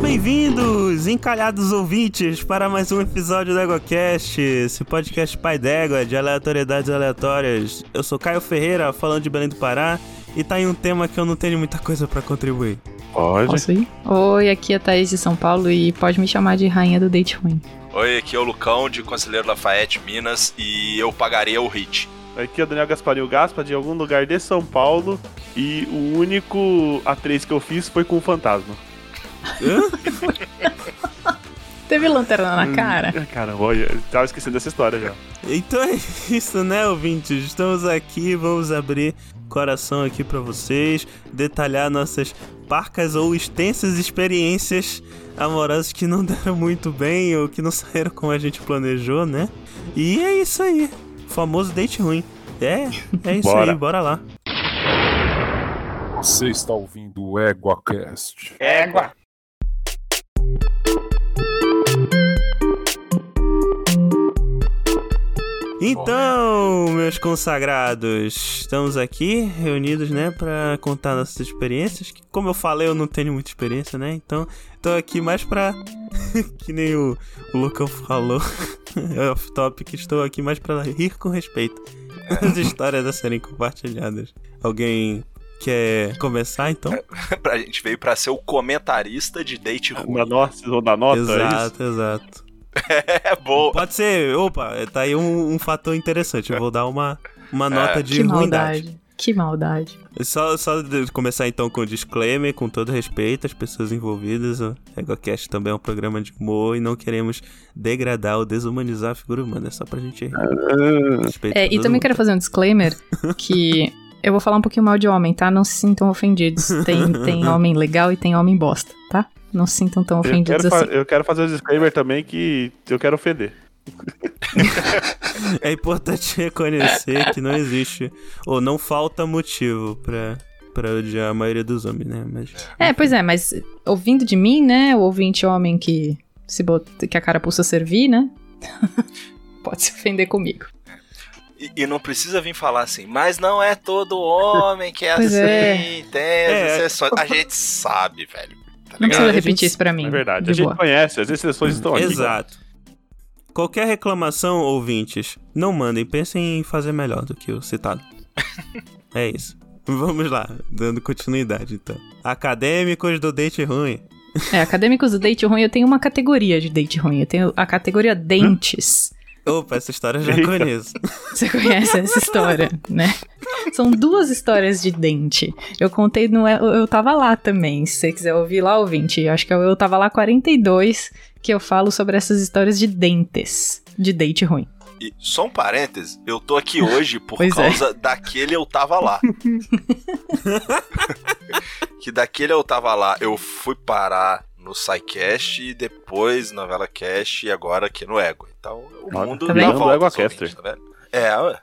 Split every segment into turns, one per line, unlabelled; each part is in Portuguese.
bem-vindos, encalhados ouvintes, para mais um episódio do EgoCast, esse podcast pai d'égua de aleatoriedades aleatórias. Eu sou Caio Ferreira, falando de Belém do Pará, e tá em um tema que eu não tenho muita coisa pra contribuir.
Pode.
Posso ir? Oi, aqui é a Thaís de São Paulo e pode me chamar de rainha do date ruim.
Oi, aqui é o Lucão de Conselheiro Lafayette, Minas, e eu pagaria o hit.
Aqui é o Daniel Gasparinho Gaspa, de algum lugar de São Paulo, e o único A3 que eu fiz foi com o fantasma.
Teve lanterna na cara?
Ah, Cara, olha, eu tava esquecendo dessa história já.
Então é isso, né, ouvintes? Estamos aqui, vamos abrir coração aqui pra vocês, detalhar nossas parcas ou extensas experiências amorosas que não deram muito bem ou que não saíram como a gente planejou, né? E é isso aí, famoso date ruim. É, é isso
Bora.
aí, bora lá.
Você está ouvindo o EguaCast.
Égua.
Então, meus consagrados, estamos aqui reunidos, né, para contar nossas experiências. que, Como eu falei, eu não tenho muita experiência, né? Então, tô aqui mais pra que nem o, o Lucão falou, off topic, estou aqui mais pra rir com respeito. As histórias a serem compartilhadas. Alguém quer começar então?
A gente veio pra ser o comentarista de date ruim.
Na nossa, ou na nota, é isso?
exato, exato.
É boa.
Pode ser, opa, tá aí um, um fator interessante. Eu vou dar uma, uma nota de
que
ruindade.
maldade. Que maldade.
É Só, só de- começar então com o disclaimer, com todo respeito às pessoas envolvidas. O EgoCast também é um programa de humor e não queremos degradar ou desumanizar a figura humana. É só pra gente respeitar.
É, e
todo
também
mundo.
quero fazer um disclaimer que eu vou falar um pouquinho mal de homem, tá? Não se sintam ofendidos. Tem, tem homem legal e tem homem bosta, tá? Não se sintam tão
Eu
ofendidos
quero, fa-
assim.
eu quero fazer um disclaimer também que eu quero ofender.
É importante reconhecer que não existe, ou não falta motivo pra, pra odiar a maioria dos homens, né? Mas.
É, pois é, mas ouvindo de mim, né? O ouvinte homem que se bota, que a carapuça servir, né? Pode se ofender comigo.
E, e não precisa vir falar assim, mas não é todo homem que é
Pois
assim,
é.
tem as
É.
exceções. A gente sabe, velho. Tá
a
Não precisa
ligado?
gente-
repetir isso pra mim.
É verdade.
de
A gente
boa.
conhece, as exceções estão aqui.
Exato. Qualquer reclamação, ouvintes, não mandem, pensem em fazer melhor do que o citado. é isso. Vamos lá, dando continuidade então. Acadêmicos do dente ruim.
É, acadêmicos do date ruim, eu tenho uma categoria de date ruim. Eu tenho a categoria dentes.
Opa, essa história eu já
Eita.
conheço.
Você conhece essa história, né? São duas histórias de dente. Eu contei no Eu Eu Tava Lá também. Se você quiser ouvir lá, ouvinte, eu acho que é o Eu Tava Lá 42, que eu falo sobre essas histórias de dentes. De date ruim.
E só um parêntese, eu tô aqui hoje por
Pois é.
causa daquele eu tava lá. que daquele eu tava lá, eu fui parar no SciCast e depois novela Cast e agora aqui no Ego. Então o
Olha,
mundo
tá
dá
vendo?
volta.
Ego
aos
Caster.
ouvintes, tá vendo? É, ué.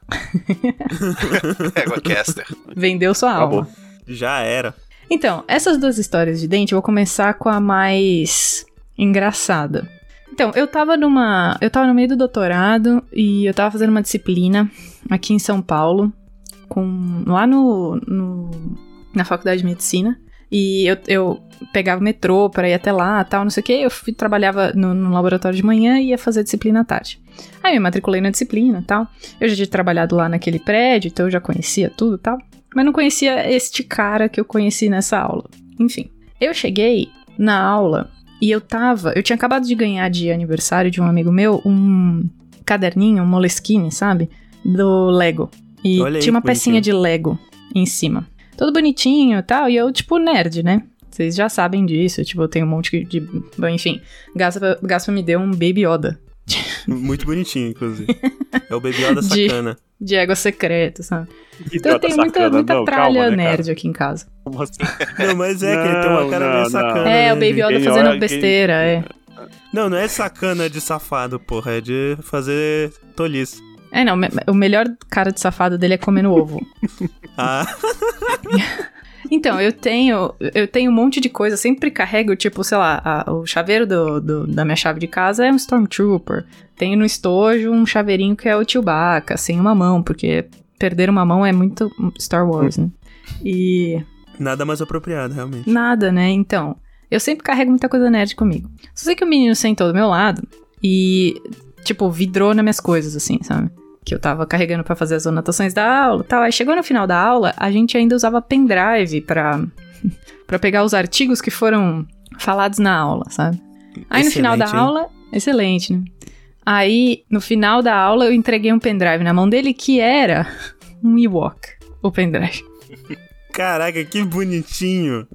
EgoCaster.
Vendeu sua alma.
Acabou.
Já era.
Então, essas duas histórias de dente, eu vou começar com a mais engraçada. Então, eu tava numa. Eu tava no meio do doutorado e eu tava fazendo uma disciplina aqui em São Paulo, com, lá no, no- na faculdade de medicina. E eu, eu pegava o metrô pra ir até lá tal, não sei o quê. Eu fui- trabalhava no, no laboratório de manhã e ia fazer a disciplina à tarde. Aí eu me matriculei na disciplina tal. Eu já tinha trabalhado lá naquele prédio, então eu já conhecia tudo tal. Mas não conhecia este cara que eu conheci nessa aula. Enfim, eu cheguei na aula e eu tava. Eu tinha acabado de ganhar de aniversário de um amigo meu um caderninho, um moleskine, sabe? Do Lego. E
Olha aí,
tinha uma
que bonitinho.
pecinha de Lego em cima. Todo bonitinho e tal. E eu, tipo, nerd, né? Vocês já sabem disso. Tipo, eu tenho um monte de. Bom, enfim. Gaspa, Gaspa me deu um Baby Yoda
Muito bonitinho, inclusive. É o bebê da
De-
sacana.
de égua secreta, sabe?
Que
Então eu
idiota
tenho muita,
sacana.
muita
Não,
tralha
calma, né, cara?
nerd aqui em casa.
Como assim?
Não, mas é que ele tem uma
Não,
cara
não,
meio
não.
sacana.
É, o
né,
Baby
gente?
Yoda
Quem
fazendo
olha, quem-
besteira, é.
Não, não é sacana de safado, porra. É de fazer tolice.
É, não, me- o melhor cara de safado dele é comendo ovo.
Ah,
Então, eu tenho, eu tenho um monte de coisa, sempre carrego, tipo, sei lá, a- o chaveiro do- do- da minha chave de casa é um Stormtrooper. Tenho no estojo um chaveirinho que é o Chewbacca, sem uma mão, porque perder uma mão é muito Star Wars, né? E
nada mais apropriado, realmente.
Nada, né? Então, Eu sempre carrego muita coisa nerd comigo. Só sei que o menino sentou do meu lado e, tipo, vidrou nas minhas coisas, assim, sabe? Que eu tava carregando pra fazer as anotações da aula e tal. Aí chegou no final da aula, a gente ainda usava pendrive pra, pra pegar os artigos que foram falados na aula, sabe? Aí no final da
Excelente, hein?
aula, excelente, né? Aí, no final da aula, eu entreguei um pendrive na mão dele que era um Ewok, o pendrive.
Caraca, que bonitinho.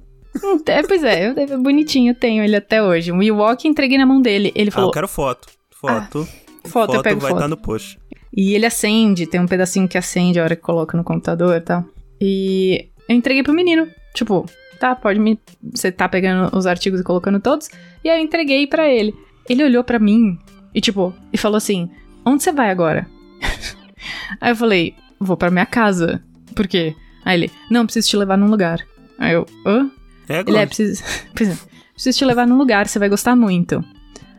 Não tem- pois é, eu, é bonitinho, eu tenho ele até hoje. Um Ewok entreguei na mão dele.
Ah,
Ele
eu
falou, Ah,
quero foto. Foto.
foto, eu pego
vai
foto.
estar no post.
E ele acende, tem um pedacinho que acende a hora que coloca no computador e tal. E eu entreguei pro menino. Tipo, tá, pode me. Você tá pegando os artigos e colocando todos. E aí eu entreguei pra ele. Ele olhou pra mim e, tipo, e falou assim: Onde você vai agora? aí eu falei: Vou pra minha casa. Por quê? Aí ele: Não, preciso te levar num lugar. Aí eu: Hã?
É
Ele
agora.
é, preciso. Pois é, preciso te levar num lugar, você vai gostar muito.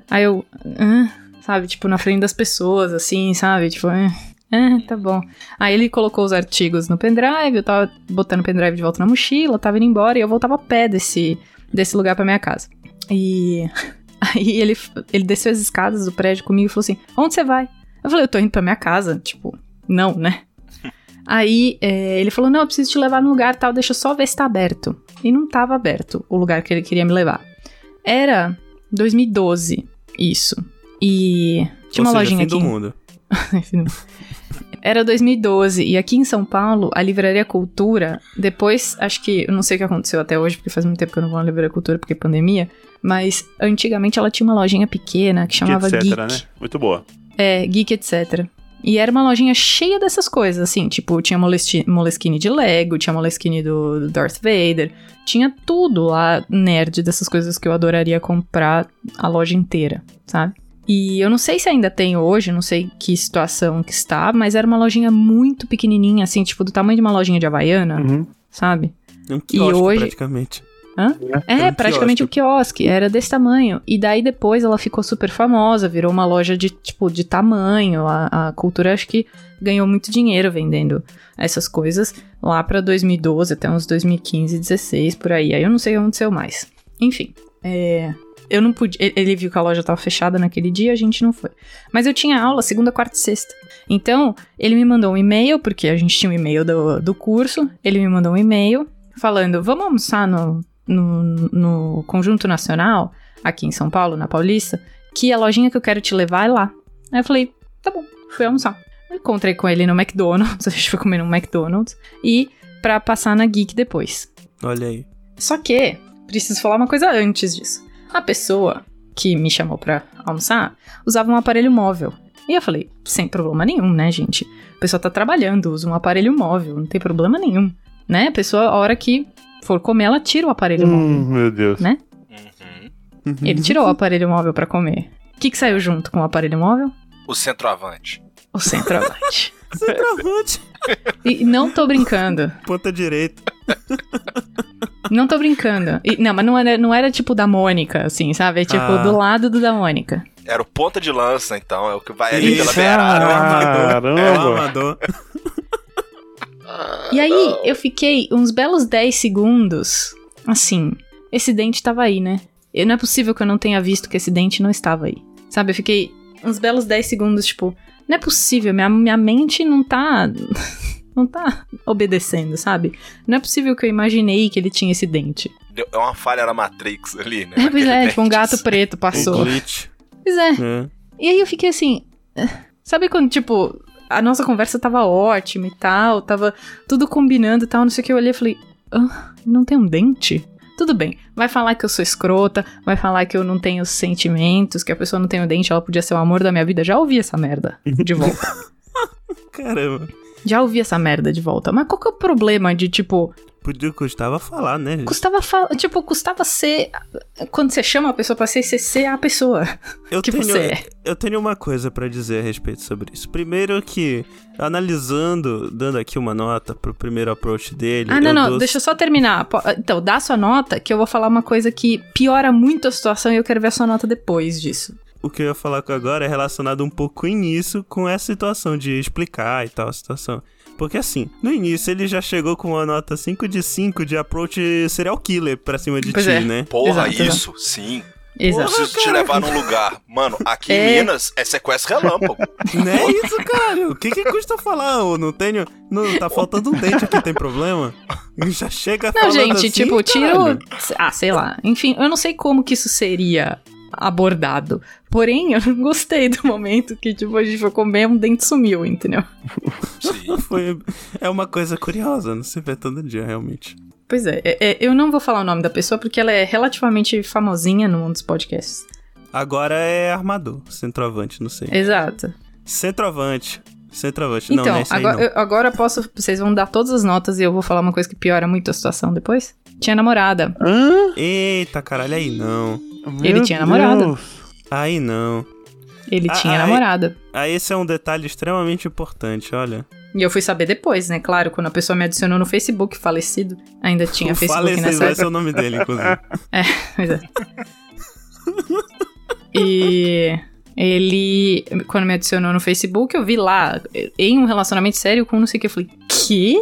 Aí eu. "Hã?" sabe, tipo, na frente das pessoas, assim, sabe? Tipo, "Hã? Hã, tá bom. Aí ele colocou os artigos no pendrive, eu tava botando o pendrive de volta na mochila, tava indo embora e eu voltava a pé desse, desse lugar pra minha casa. E. Aí ele, ele desceu as escadas do prédio comigo e falou assim: Onde você vai? Eu falei: Eu tô indo pra minha casa. Tipo, não, né? Aí é, ele falou: Não, eu preciso te levar num lugar e tal, deixa eu só ver se tá aberto. E não tava aberto o lugar que ele queria me levar. Era 2012, isso. E tinha tipo uma
Ou seja,
lojinha
fim
aqui.
do mundo.
Enfim. Era 2012 e aqui em São Paulo, a Livraria Cultura, depois, acho que, eu não sei o que aconteceu até hoje, porque faz muito tempo que eu não vou na Livraria Cultura, porque é pandemia, mas antigamente ela tinha uma lojinha pequena que chamava
etc,
Geek.
né? Muito boa.
É, Geek, etc. E era uma lojinha cheia dessas coisas, assim, tipo, tinha molesti- Moleskine de Lego, tinha Moleskine do do Darth Vader, tinha tudo lá nerd dessas coisas que eu adoraria comprar a loja inteira, sabe? E eu não sei se ainda tem hoje, não sei que situação que está, mas era uma lojinha muito pequenininha, assim, tipo, do tamanho de uma lojinha de Havaiana, sabe?
É um quiosque,
hoje-
praticamente.
É,
um
praticamente o quiosque, era desse tamanho. E daí depois ela ficou super famosa, virou uma loja de, tipo, de tamanho. A, a cultura acho que ganhou muito dinheiro vendendo essas coisas lá pra 2012, até uns 2015, 16, por aí. Aí eu não sei o que aconteceu mais. Enfim, é, Eu não pude. ele- Ele viu que a loja tava fechada naquele dia, a gente não foi. Mas eu tinha aula segunda, quarta e sexta. Então, ele me mandou um e-mail, porque a gente tinha um e-mail do, do curso. Ele me mandou um e-mail falando: vamos almoçar no, no, no Conjunto Nacional, aqui em São Paulo, na Paulista, que a lojinha que eu quero te levar é lá. Aí eu falei, tá bom, fui almoçar. Eu encontrei com ele no McDonald's, a gente foi comer no McDonald's, e pra passar na Geek depois.
Olha aí.
Só que, preciso falar uma coisa antes disso. A pessoa que me chamou pra almoçar usava um aparelho móvel. E eu falei, sem problema nenhum, né, gente? A pessoa tá trabalhando, usa um aparelho móvel, não tem problema nenhum. Né? A pessoa, a hora que for comer, ela tira o aparelho móvel.
Hum, meu
Né?
Deus.
Uhum.
Ele tirou o aparelho móvel pra comer. O que, que saiu junto com o aparelho móvel?
O centroavante.
O centroavante.
Assim, Centroavante.
e não tô brincando.
Ponta direita.
Não tô brincando. E- não, mas não era, não era tipo da Mônica, assim, sabe? É tipo
Ah.
do lado do da Mônica.
Era o ponta de lança, então. É o que vai ali pela
Isso.
beirada.
É o
Caramba.
amador.
Ah,
E aí, eu fiquei uns belos 10 segundos, assim, esse dente tava aí, né? E não é possível que eu não tenha visto que esse dente não estava aí. Sabe, eu fiquei uns belos 10 segundos, tipo, não é possível, minha, minha mente não tá. não tá obedecendo, sabe? Não é possível que eu imaginei que ele tinha esse dente.
Deu- É uma falha na Matrix ali, né?
É, pois é,
Aquele
tipo, um
dente.
gato preto
Um
passou.
glitch.
Pois é.
né?
E aí eu fiquei assim. Sabe quando, tipo, a nossa conversa tava ótima e tal, tava tudo combinando e tal, não sei o que. Eu olhei e falei, "Hã? não tem um dente? Tudo bem, vai falar que eu sou escrota, vai falar que eu não tenho sentimentos, que a pessoa não tem um dente, ela podia ser o amor da minha vida. Já ouvi essa merda de volta.
Caramba.
Já ouvi essa merda de volta. Mas qual que é o problema de, tipo,
Podia custava falar, né? gente?
custava, fa- tipo, custava ser. Quando você chama a pessoa pra ser, você ser a pessoa.
Eu
que
tenho,
você é.
eu tenho uma coisa pra dizer a respeito sobre isso. Primeiro que, analisando, dando aqui uma nota pro primeiro approach dele.
Ah, não,
eu
não,
dou-
deixa eu só terminar. Po- Então, dá sua nota, que eu vou falar uma coisa que piora muito a situação e eu quero ver a sua nota depois disso.
O que eu ia falar agora é relacionado um pouco nisso com essa situação de explicar e tal a situação. Porque assim, no início ele já chegou com uma nota 5 de 5 de approach serial killer pra cima de
Pois
ti,
é.
né?
Porra,
Exato,
isso, sim. Eu
Exato.
preciso te levar num lugar. Mano, aqui
É.
em Minas é sequestro relâmpago.
Não é isso, cara. O que, que custa falar? Eu não tenho. Não, tá faltando um dente aqui, tem problema? Já chega
Não,
falando
gente,
assim,
tipo, tira o.
caralho.
Ah, sei lá. Enfim, eu não sei como que isso seria abordado. Porém, eu não gostei do momento que, tipo, a gente foi comer um dente sumiu, entendeu?
Sim.
Foi... É uma coisa curiosa, não se vê todo dia, realmente.
Pois é, é- é, eu não vou falar o nome da pessoa porque ela é relativamente famosinha no mundo dos podcasts.
Agora é armador, centroavante, não sei.
Exato.
Centroavante. Centroavante, não,
É. Então,
não é isso aí,
agora,
não.
eu, agora posso. Vocês vão dar todas as notas e eu vou falar uma coisa que piora muito a situação depois? Tinha namorada.
Hã?
Eita, caralho, aí não.
Meu
Ele tinha namorada.
Deus.
Aí não.
Ele
Ah,
tinha
ah,
namorada.
Ah, esse é um detalhe extremamente importante, olha.
E eu fui saber depois, né? Claro, quando a pessoa me adicionou no Facebook, falecido. Ainda tinha
O
Facebook
falecido,
nessa
esse é
época.
o nome dele, inclusive.
Pois é. e ele, quando me adicionou no Facebook, eu vi lá, em um relacionamento sério com não sei o que. Eu falei, que?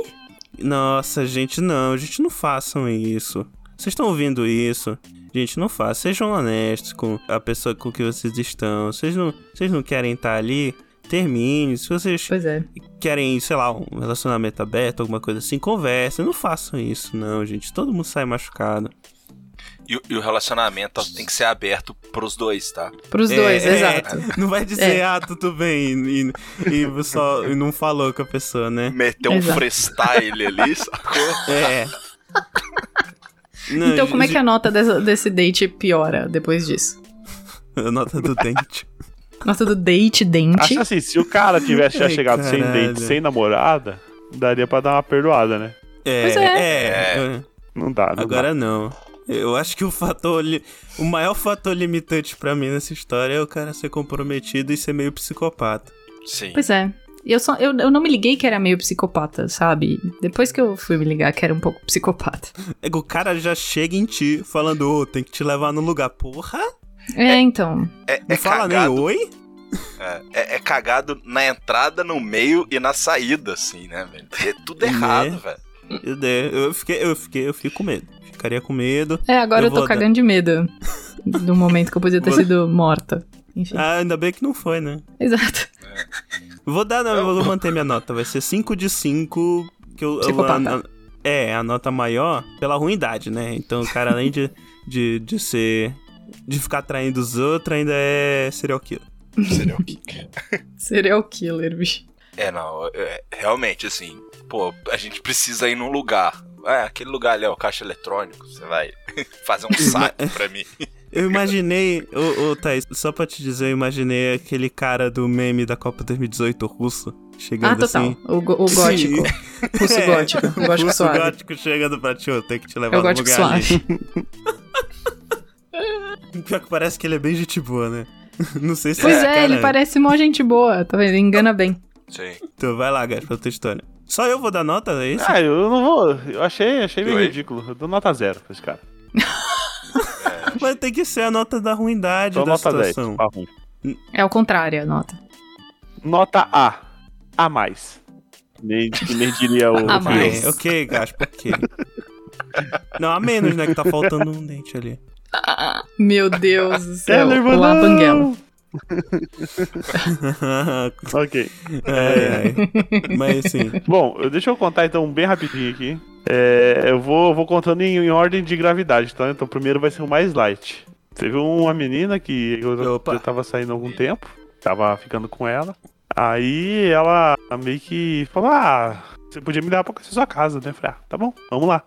Nossa, gente, não, gente, não façam isso. Vocês estão ouvindo isso? Gente, não façam. Sejam honestos com a pessoa com que vocês estão. Vocês não, vocês não querem estar ali? Termine. Se vocês
Pois é.
querem, sei lá, um relacionamento aberto, alguma coisa assim, conversem. Não façam isso, não, gente. Todo mundo sai machucado.
E, o- e o relacionamento tem que ser aberto pros dois, tá?
Pros
É,
dois,
é.
exato.
Não vai
É.
dizer, ah, tudo bem, e, e só e não falou com a pessoa, né?
Meter um
Exato.
freestyle ali, sacou?
É. Não,
Então, como é
gente,
que a nota dessa- desse date piora depois disso? é?
A nota do dente.
Nota do date, dente.
Acho assim, se o cara tivesse já
Ai,
chegado sem
caralho.
date, sem namorada, daria pra dar uma perdoada, né?
É,
Pois
é. é.
Não dá, não
Agora é não. Eu acho que o fator. li- O maior fator limitante pra mim nessa história é o cara ser comprometido e ser meio psicopata.
Sim.
Pois é. E Eu, só, eu, eu não me liguei que era meio psicopata, sabe? Depois que eu fui me ligar que era um pouco psicopata.
É que O cara já chega em ti falando, ô, tem que te levar no lugar. Porra!
É, então.
É,
Não
é
fala
cagado.
nem oi?
É, é cagado na entrada, no meio e na saída, assim, né, velho? É tudo errado, velho.
Eu, dei- eu fiquei, eu fiquei, eu fico com medo. Ficaria com medo.
É, agora
Eu
eu, tô
vou dar-
cagando de medo do momento que eu podia ter
Vou-
sido morta. Enfim.
Ah, ainda bem que não foi, né?
Exato.
Vou dar, não, eu Tipo vou manter minha nota. Vai ser 5 de 5. Que eu, eu-
Psicopata.
a- a- é, a nota maior pela ruindade, né? Então o cara, além de, de, de ser. de ficar traindo os outros, ainda é serial killer.
Serial kick.
Serial killer, bicho.
É, não, é, realmente, assim, pô, a gente precisa ir num lugar. É, aquele lugar ali, ó, caixa eletrônico, você vai fazer um saque pra mim.
Eu imaginei, ô, ô Thaís, só pra te dizer, eu imaginei aquele cara do meme da Copa 2018 russo
Ah,
chegando
total.
assim.
O, go- o
Sim.
gótico. Russo
É.
gótico. O gótico
russo
suave.
gótico chegando pra ti, eu tenho que te levar
É o
no
gótico
lugar
suave.
ali. Pior que parece que ele é bem gente boa, né? Não sei se
Pois é,
é cara.
ele parece mó gente boa, tá vendo? Engana bem.
Sim.
Então vai lá, Gaspar, tua história. Só eu vou dar nota, é isso?
Ah, eu não vou. Eu achei, achei meio
Oi?
ridículo. Eu dou nota zero pra esse cara.
Mas tem que ser a nota da ruindade
Dou
da
nota Ah, 10.
situação.
pra ruim.
É ao contrário a nota.
Nota A. A mais. Nem, que nem diria o.
A mais.
Ok, É, ok, Gaspar, ok. Não, a menos, né? Que tá faltando um dente ali.
Ah, meu Deus do
é
céu.
Teller,
o Banguela.
não! Ok.
ai, ai. Mas assim,
Bom, eu- deixa eu contar então bem rapidinho aqui. É, eu vou, eu vou contando em, em ordem de gravidade, tá? Então primeiro vai ser o mais light. Teve uma menina que eu já-
Opa.
já tava saindo há algum tempo, tava ficando com ela. Aí ela meio que falou: Ah, você podia me dar pra conhecer sua casa, né? Eu Falei, ah, tá bom, vamos lá.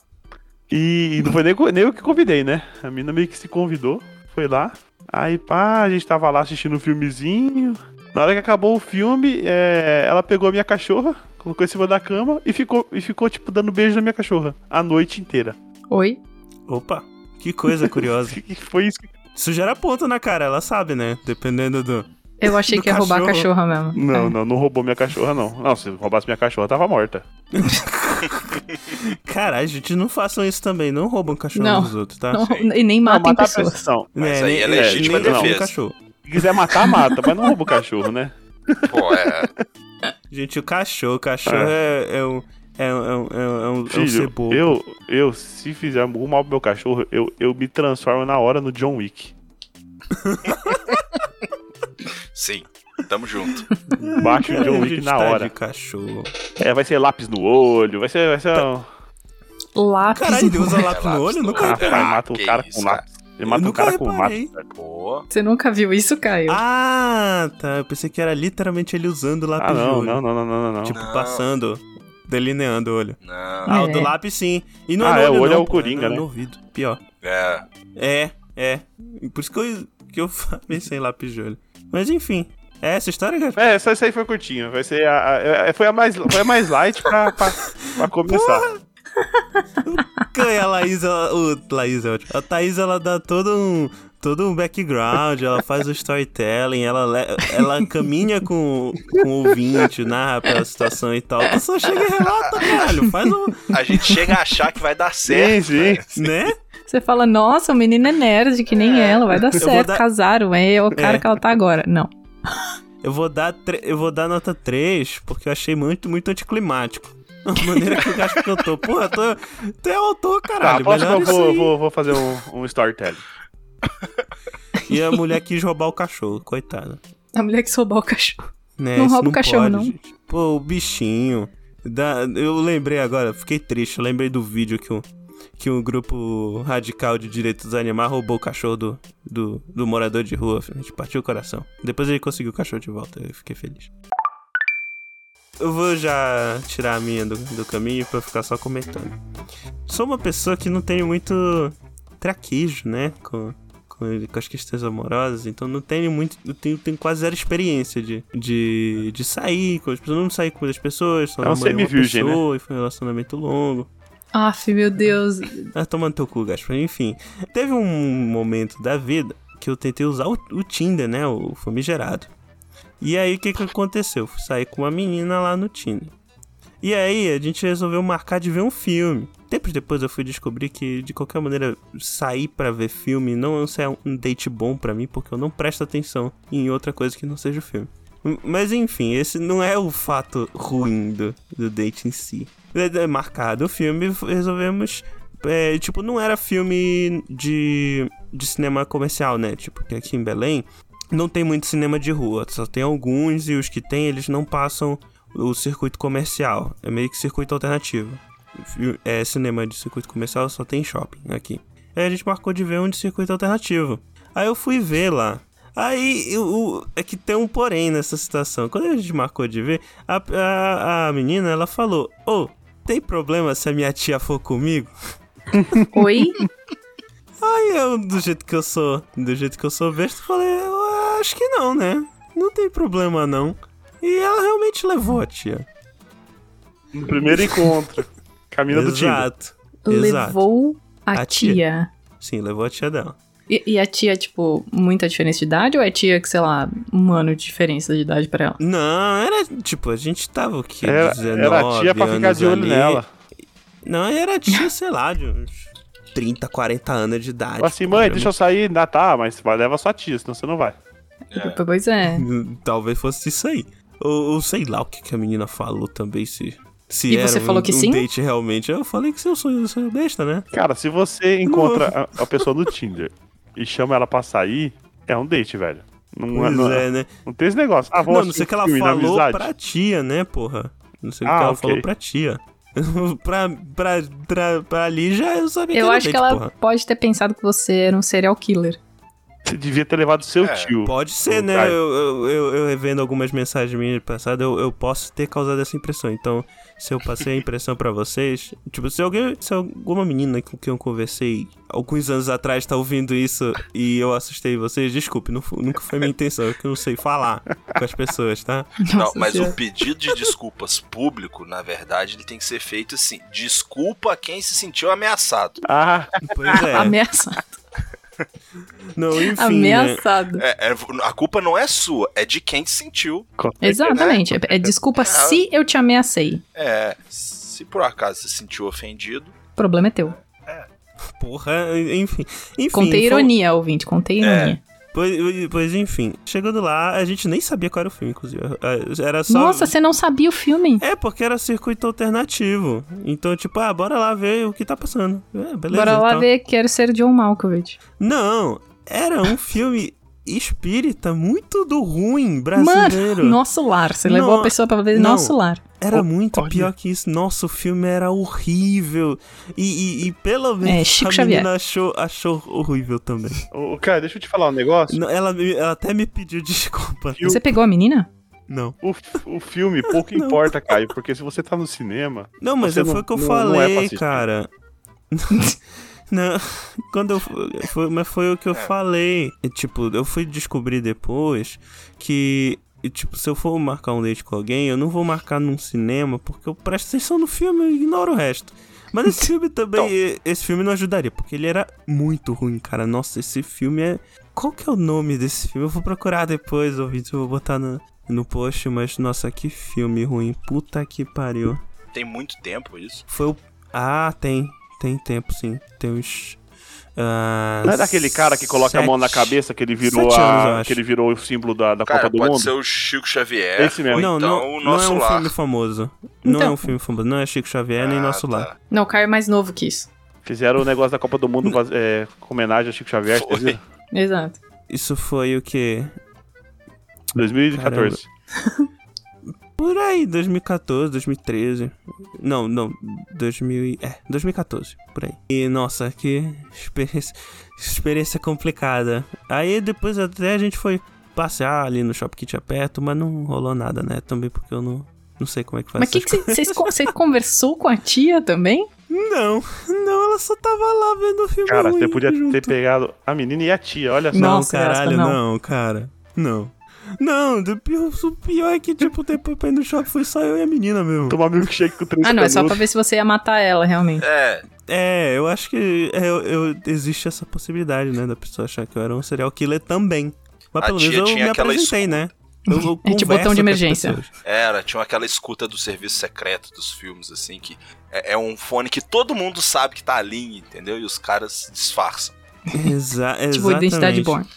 E, e não foi nem, co- nem eu que convidei, né? A menina meio que se convidou, foi lá. Aí pá, a gente tava lá assistindo um filmezinho. Na hora que acabou o filme, é, ela pegou a minha cachorra, colocou em cima da cama e ficou, e ficou, tipo, dando beijo na minha cachorra a noite inteira.
Oi?
opa, que coisa curiosa.
Que- que Foi isso que.
Isso gera ponto na cara, ela sabe, né? Dependendo do.
Eu achei
Do
que ia roubar a
cachorro.
cachorra mesmo. É.
Não, não, não roubou minha cachorra, não. Não, se roubasse minha cachorra, tava morta.
Caralho, gente, não façam isso também. Não roubam cachorro
Não,
dos outros, tá? Né,
Não, e nem
Não,
matem
matar a
pessoas.
pessoa. não.
Mas aí é
nem-
legítima
nem roubam
defesa.
cachorro.
Se quiser matar, mata, mas não rouba o cachorro, né?
Pô, é.
Gente, o cachorro, o cachorro é, é um. É um, é um, é um, é um
Filho,
cebobo.
eu, eu, se fizer algum mal pro meu cachorro, eu, eu me transformo na hora no John Wick.
Sim, tamo junto.
Baixo o John
A
Wick
gente
na
tá
hora.
de cachorro.
É, vai ser lápis no olho, vai ser. Vai ser um...
Lápis.
Caralho, ele usa lápis
lápis
no olho?
no
Nunca
olho.
Rapaz,
reparei.
mata um
que
cara
isso,
com
cara.
lápis. Ele mata um
nunca
cara com
reparei.
lápis. velho.
Pô,
Você nunca viu isso, Caio?
Ah, tá. Eu pensei que era literalmente ele usando o lápis
Ah,
de
não,
olho.
não, não, não, não, não.
Tipo,
Não.
passando, delineando o olho.
não.
Ah, o
É.
do lápis sim. E não
Ah,
é,
é,
no
o olho é
não,
o
pô,
Coringa,
no-
né?
No ouvido. Pior.
É,
É, é. Por isso que eu, que eu falei sem lápis de olho. Mas enfim, é essa história, cara?
É, essa, essa aí foi curtinha. Vai ser a, a- é, foi, a mais, foi a mais light pra, pra, pra começar.
Ganha a Laís, ela, o, Laís é ótimo. A Thaís, ela dá todo um, todo um background, ela faz o storytelling, ela, le- ela caminha com, com o ouvinte, narra pra situação e tal. Tu só chega e relata, caralho. Faz um.
a gente chega a achar que vai dar
Sim,
certo.
sim.
né?
Você fala, nossa, o menino é nerd, que nem ela, vai dar
vou
certo,
dar-
casaram, é o cara
É.
que ela tá agora. Não.
Eu vou dar, tre- eu vou dar nota 3, porque eu achei muito, muito anticlimático. A maneira que o gajo cantou. Porra, tu tu é autor,
Tá,
caralho.
aposto que
melhor assim.
eu
isso
vou,
aí.
vou, vou fazer um, um storytelling.
E a mulher quis roubar o cachorro, coitada.
A mulher que roubou o cachorro.
Né,
Não
isso
rouba o cachorro,
pode,
não.
gente. Pô, o bichinho. Da- eu lembrei agora, fiquei triste. Eu lembrei do vídeo que um, que um grupo radical de direitos dos animais roubou o cachorro do, do, do morador de rua. A gente partiu o coração. Depois ele conseguiu o cachorro de volta. Eu fiquei feliz. Eu vou já tirar a minha do, do caminho pra eu ficar só comentando. Sou uma pessoa que não tenho muito traquejo, né? Com, com, com as questões amorosas, então não tenho muito. Eu tenho, tenho quase zero experiência de, de, de sair com as pessoas. Eu não saí com muitas pessoas, só
É um
namorei uma
semi-virgem, né?
pessoa e foi um relacionamento longo.
Aff, meu Deus.
Ah, tomando teu cu, Gaspar. Enfim, teve um momento da vida que eu tentei usar o, o Tinder, né? O famigerado. E aí, o que que aconteceu? Fui sair com uma menina lá no Tinder. E aí, a gente resolveu marcar de ver um filme. Tempos depois eu fui descobrir que, de qualquer maneira, sair pra ver filme não é um- um date bom pra mim, porque eu não presto atenção em outra coisa que não seja o filme. M- Mas enfim, esse não é o fato ruim do, do date em si. É- é Marcado o filme, f- resolvemos é, tipo, não era filme de, de cinema comercial, né? Tipo, que aqui em Belém não tem muito cinema de rua, só tem alguns e os que tem eles não passam o circuito comercial, é meio que circuito alternativo. Fi- É cinema de circuito comercial só tem em shopping aqui. Aí a gente marcou de ver um de circuito alternativo. Aí eu fui ver lá. Aí eu- o- é que tem um porém nessa situação. Quando a gente marcou de ver, a, a, a menina ela falou: Ô, tem problema se a minha tia for comigo?
Oi?
Aí eu, do jeito que eu sou, do jeito que eu sou besta, falei, eu acho que não, né? Não tem problema não. E ela realmente levou a tia.
No primeiro encontro. Camina do Tinder.
Exato. Exato.
Levou a,
A
tia.
tia. Sim, levou a tia dela.
E, e a tia, tipo, muita diferença de idade ou é tia que, sei lá, um ano de diferença de idade pra ela?
Não, era tipo, a gente tava o quê?
Era,
19
era a tia pra ficar
anos
de olho
ali.
nela.
Não, era tia, sei lá, de uns 30, 40 anos de idade.
Fala assim, mãe, deixa eu sair. Ah, tá, mas vai, leva sua tia, senão você não vai.
É.
Pois é.
Talvez fosse isso aí. Ou, ou sei lá o que, que a menina falou também, se. Se
E
era
você
um,
falou que
um
sim?
date realmente. Eu falei que eu sou, eu sou besta, né?
Cara, se você encontra a, a pessoa no Tinder e chama ela pra sair, é um date, velho. Não, é-
Pois
não,
é, né?
não tem esse negócio. Ah, vou
não, não
assistir
sei o que ela
filme na
falou
amizade.
pra tia, né, porra? Não sei o que
Ah,
ela
ok.
falou pra tia. pra, pra, pra, pra ali já eu sabia que
Eu
era
acho que
date,
ela
porra.
pode ter pensado que você era um serial killer.
Você devia ter levado seu
É.
tio.
Pode ser,
Ô,
né?
Caio.
Eu, eu, eu, eu revendo algumas mensagens minhas passadas, eu, eu posso ter causado essa impressão. Então, se eu passei a impressão pra vocês, tipo, se alguém, se alguma menina com quem eu conversei alguns anos atrás tá ouvindo isso e eu assustei vocês, desculpe, não, fu- nunca foi minha intenção, é que eu não sei falar com as pessoas, tá?
Não,
Nossa
mas
Senhora.
o pedido de desculpas público, na verdade, ele tem que ser feito assim. Desculpa a quem se sentiu ameaçado.
Ah,
Pois é.
Ameaçado.
Não, enfim. né?
Ameaçado.
É, é, a culpa não é sua, é de quem se sentiu.
com
né,
certeza.
Exatamente. É, é
Ah.
desculpa se eu te ameacei.
É, se por acaso se sentiu ofendido,
O problema é teu.
Porra, enfim. enfim
Contei
foi- um- É,
ironia, ouvinte. Contei ironia.
Pois, pois enfim, chegando lá, a gente nem sabia qual era o filme, inclusive. Era só.
Nossa, você não sabia o filme?
É, porque era circuito alternativo. Então, tipo, ah, bora lá ver o que tá passando. É, beleza.
Bora lá
então.
ver Quero Ser John Malkovich.
Não, era um filme espírita muito do ruim brasileiro.
Mano, Nosso Lar. Você levou
Não,
a pessoa pra ver
não.
Nosso Lar.
Era muito
Olha.
pior que isso. Nossa, o filme era horrível. E, e- e pelo
É,
menos
Chico
a
Xavier.
menina achou, achou horrível também.
Ô, ô, cara, deixa eu te falar um negócio.
Não, Ela, me- ela até me pediu desculpa.
Eu-
Você pegou a menina?
Não.
O, um f- o filme pouco importa, Caio, porque se você tá no cinema,
Não, mas
Você
foi
não-
o que eu
não- não é
falei,
fascista.
cara. Não, quando eu. Foi, mas foi o que eu falei. E, tipo, eu fui descobrir depois que. e, Tipo, se eu for marcar um date com alguém, eu não vou marcar num cinema porque eu presto atenção no filme e ignoro o resto. Mas esse filme também.
Então
e- Esse filme não ajudaria, porque ele era muito ruim, cara. Nossa, esse filme é. Qual que é o nome desse filme? Eu vou procurar depois, ouvinte, eu vou botar no, no post, mas nossa, que filme ruim. Puta que pariu.
Tem muito tempo isso.
Foi o. Ah, tem. Tem tempo, sim. Tem uns. ah,
não é daquele cara que coloca a mão na
sete-
cabeça que ele virou,
Sete anos, eu
a,
acho.
que ele virou o símbolo da, da
Cara,
Copa do
pode
Mundo?
ser o Chico Xavier.
Esse mesmo.
Ou
não,
então
não,
o
não é
nosso
um
lar.
filme famoso. Não é
Então.
um filme famoso. Não é Chico Xavier nem
Ah,
Nosso
tá.
Lar.
Não, o cara é mais novo que isso.
Fizeram o negócio da Copa do Mundo faz- é, com homenagem a Chico Xavier, é
Foi.
vocês viram?
Exato.
Isso foi o quê?
2014.
Por aí, 2014, 2013. Não, não, 2000, e- é, 2014, por aí. E nossa, que experiência, experiência complicada. Aí depois até a gente foi passear ali no shopping que tinha perto, mas não rolou nada, né? Também porque eu não, não sei como é que faz
Mas o que,
essas
que cê- vocês con- você conversou com a tia também?
Não, não, ela só tava lá vendo o filme.
Cara, você
ruim
podia
junto.
ter pegado a menina e a tia, olha só.
Não,
Nossa,
caralho,
Gaspa, não.
não. cara. Não. Não, do pior- o pior é que, tipo, depois pra ir no shopping foi só eu e a menina mesmo.
Tomar milkshake com três
Ah, não, é só pra
canudos.
ver se você ia matar ela, realmente.
É,
É, eu acho que é, eu, eu- existe essa possibilidade, né, da pessoa achar que eu era um serial killer também. Mas
A
pelo
tia
menos eu
tinha
me
aquela
apresentei, né? Eu, eu
É tipo
converso
botão de
com as
emergência.
pessoas.
era. Tinha aquela escuta do serviço secreto dos filmes, assim, que é, é um fone que todo mundo sabe que tá ali, entendeu? E os caras disfarçam.
Exa exatamente.
Tipo, identidade born.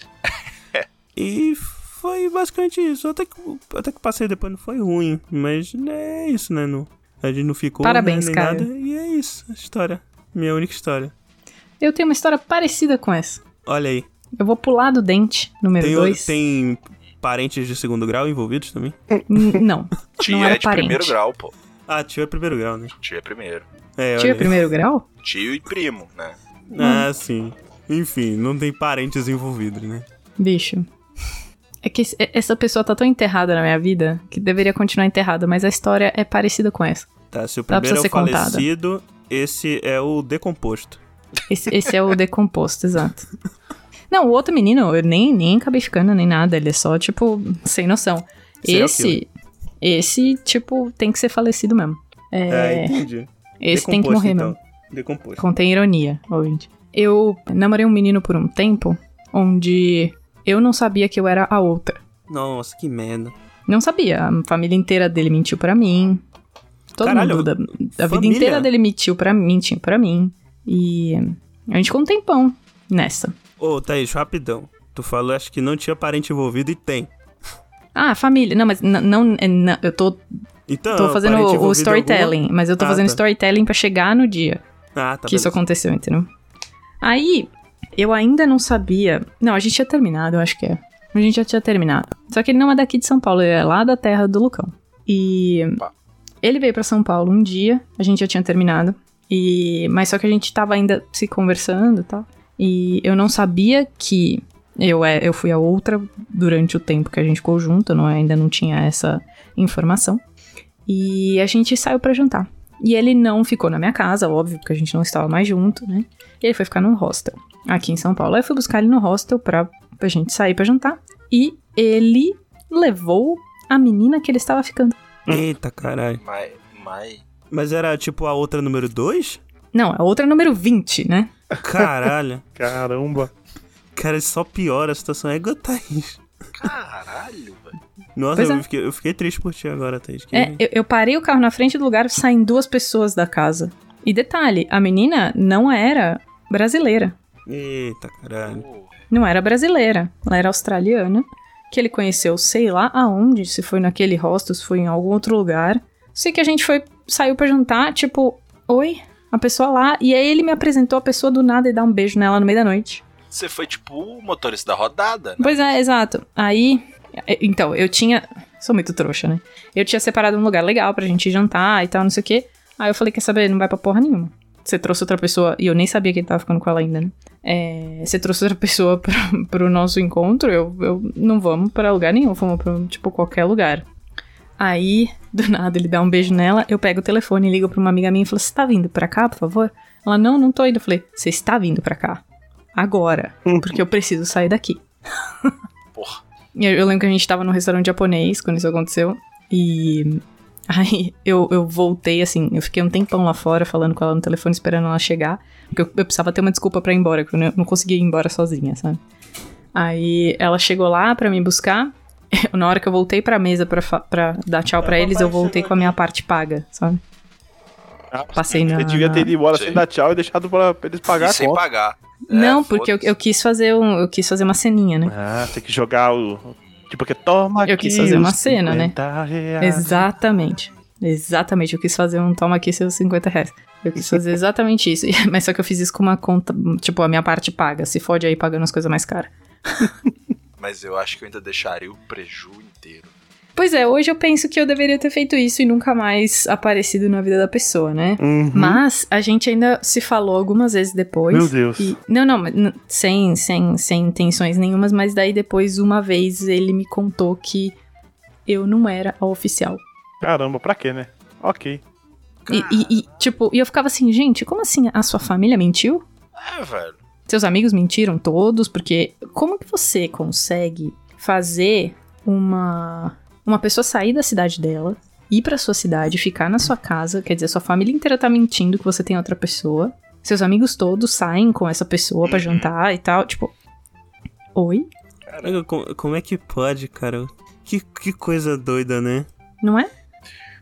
E foi basicamente isso. Até que, até que passei depois não foi ruim, mas né, é isso, né? Não, a gente não ficou
Parabéns,
né, nem
cara.
nada. E é isso, a história. Minha única história.
Eu tenho uma história parecida com essa.
Olha aí.
Eu vou pular do dente, número
Tem,
2.
tem parentes de segundo grau envolvidos também?
Não.
Tia
era
é de primeiro
parente.
grau, pô.
Ah, tio é primeiro grau, né?
Tio é primeiro.
É,
Tio é
olha aí.
primeiro grau?
Tio e primo, né?
Ah, sim. Enfim, não tem parentes envolvidos, né?
Bicho. É que esse- essa pessoa tá tão enterrada na minha vida que deveria continuar enterrada, mas a história é parecida com essa.
Tá, se o
Dá pra
primeiro é o
ser contada.
falecido, esse é o decomposto.
Esse, esse é o decomposto, exato. Não, o outro menino, eu nem, nem acabei ficando nem nada, ele é só, tipo, sem noção.
Serial
esse, esse, tipo, tem que ser falecido mesmo. É,
Ah,
então.
entendi. então.
esse tem que morrer mesmo.
Decomposto.
Contém ironia, ouvinte. Eu namorei um menino por um tempo onde eu não sabia que eu era a outra.
Nossa, que merda.
Não sabia. A família inteira dele mentiu pra mim. Todo
Caralho,
mundo da, a vida
família?
inteira dele mentiu pra mim, mentiu pra mim. E a gente ficou um tempão nessa.
Ô, Thaís, rapidão. Tu falou, acho que não tinha parente envolvido e tem.
Ah, família. Não, mas n- não, é, não- eu tô,
Então,
tô fazendo
parente
o, o
envolvido
storytelling, mas eu tô
Ah,
fazendo
tá.
storytelling pra chegar no dia.
em alguma- Ah, tá.
que isso
beleza.
aconteceu, entendeu? Aí, eu ainda não sabia. Não, a gente tinha terminado, eu acho que é. A gente já tinha terminado. Só que ele não é daqui de São Paulo, ele é lá da terra do Lucão. E.
Pá.
Ele veio pra São Paulo um dia, a gente já tinha terminado. E. Mas só que a gente tava ainda se conversando e tal. E eu não sabia que eu, é, eu fui a outra durante o tempo que a gente ficou junto, eu não, é? ainda não tinha essa informação. E a gente saiu pra jantar. E ele não ficou na minha casa, óbvio, porque a gente não estava mais junto, né? E ele foi ficar num hostel aqui em São Paulo. Aí eu fui buscar ele no hostel pra, pra gente sair pra jantar. E ele levou a menina que ele estava ficando.
Eita, caralho.
Mas. mas...
Mas era tipo a outra número 2?
Não, a outra é número 20, né?
Caralho.
Caramba.
Cara, só piora a situação. É igual a Thaís.
Caralho, velho.
Nossa,
Pois
eu,
é.
fiquei, eu fiquei triste por ti agora, Thaís. Que-
É, eu, eu parei o carro na frente do lugar, saem duas pessoas da casa. E detalhe, a menina não era brasileira.
Eita, caralho.
Pô,
Não era brasileira, ela era australiana, que ele conheceu sei lá aonde, se foi naquele hostel, se foi em algum outro lugar. Sei que a gente foi, saiu pra jantar, tipo, oi, a pessoa lá, e aí ele me apresentou a pessoa do nada e dá um beijo nela no meio da noite.
Você foi tipo o motorista da rodada, né?
Pois é, exato. Aí, é, então, eu tinha. Sou muito trouxa, né? Eu tinha separado um lugar legal pra gente ir jantar e tal, não sei o quê. Aí eu falei, quer saber, não vai pra porra nenhuma. Você trouxe outra pessoa, e eu nem sabia que ele tava ficando com ela ainda, né? É, você trouxe outra pessoa pro, pro nosso encontro, eu, eu não vamos pra lugar nenhum, vamos pra, tipo, qualquer lugar. Aí, do nada, ele dá um beijo nela, eu pego o telefone e ligo pra uma amiga minha e falo, você tá vindo pra cá, por favor? Ela, não, não tô indo. Eu falei, você está vindo pra cá. Agora. Porque eu preciso sair daqui.
Porra.
E Eu, eu lembro que a gente tava num restaurante japonês quando isso aconteceu. E. Aí eu, eu voltei, assim, eu fiquei um tempão lá fora falando com ela no telefone, esperando ela chegar. Porque eu, eu precisava ter uma desculpa pra ir embora, porque eu não, não conseguia ir embora sozinha, sabe? Aí ela chegou lá pra me buscar. Na hora que eu voltei pra mesa pra, fa- pra dar tchau pra
Ah,
eles,
papai
eu voltei
chegou
com a minha parte paga, sabe?
Ah,
Passei na.
Você devia ter ido embora
Sim.
sem dar tchau e deixado pra pra eles pagar
E
a
sem
conta.
pagar. É,
Não, porque eu,
foda-se.
eu quis fazer um, eu quis fazer uma ceninha, né?
Ah, tem que jogar o. Tipo, que toma
Eu
aqui
quis fazer uma
os
cena, né?
50 reais.
Exatamente. Exatamente. Eu quis fazer um toma aqui seus 50 reais. Eu quis fazer exatamente isso. Mas só que eu fiz isso com uma conta, tipo, a minha parte paga. Se fode aí pagando as coisas mais caras.
Mas eu acho que eu ainda deixaria o preju inteiro.
Pois é, hoje eu penso que eu deveria ter feito isso e nunca mais aparecido na vida da pessoa, né?
Uhum.
Mas a gente ainda se falou algumas vezes depois.
Meu Deus.
E- não, não, mas n- sem, sem, sem intenções nenhumas, mas daí depois, uma vez, ele me contou que eu não era a oficial.
Caramba, pra quê, né? Ok.
E, e- e, tipo, e eu ficava assim, gente, como assim? A sua família mentiu?
É, velho.
Seus amigos mentiram todos, porque como que você consegue fazer uma uma pessoa sair da cidade dela, ir pra sua cidade, ficar na sua casa, quer dizer, sua família inteira tá mentindo que você tem outra pessoa. Seus amigos todos saem com essa pessoa pra jantar e tal, tipo, oi,
Olha, Como, como é que pode, cara? Que, que coisa doida, né?
não é?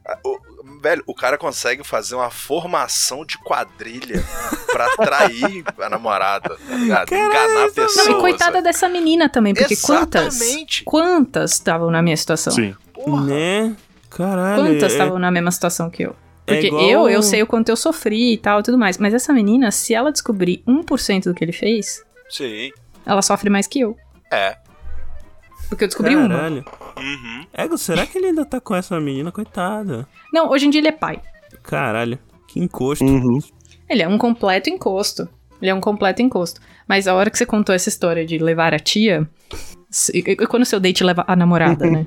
Ah, o- velho, o cara consegue fazer uma formação de quadrilha pra atrair a namorada, tá ligado? Enganar pessoas.
Não, e coitada
velho.
dessa menina também, porque quantas
Exatamente.
quantas estavam na minha situação?
Sim.
Porra.
Né? Caralho.
Quantas
é-
estavam na mesma situação que eu?
é
Porque
igual-
eu, eu sei o quanto eu sofri e tal e tudo mais. Mas essa menina, se ela descobrir 1% do que ele fez,
Sim.
ela sofre mais que eu.
É.
Porque eu descobri uma.
Caralho.
Uhum.
Ego, será que ele ainda tá com essa menina? Coitada.
Não, hoje em dia ele é pai.
Caralho. Que encosto.
Uhum.
Ele é um completo encosto. Ele é um completo encosto. Mas a hora que você contou essa história de levar a tia. se- e- e Quando seu date leva a namorada, né?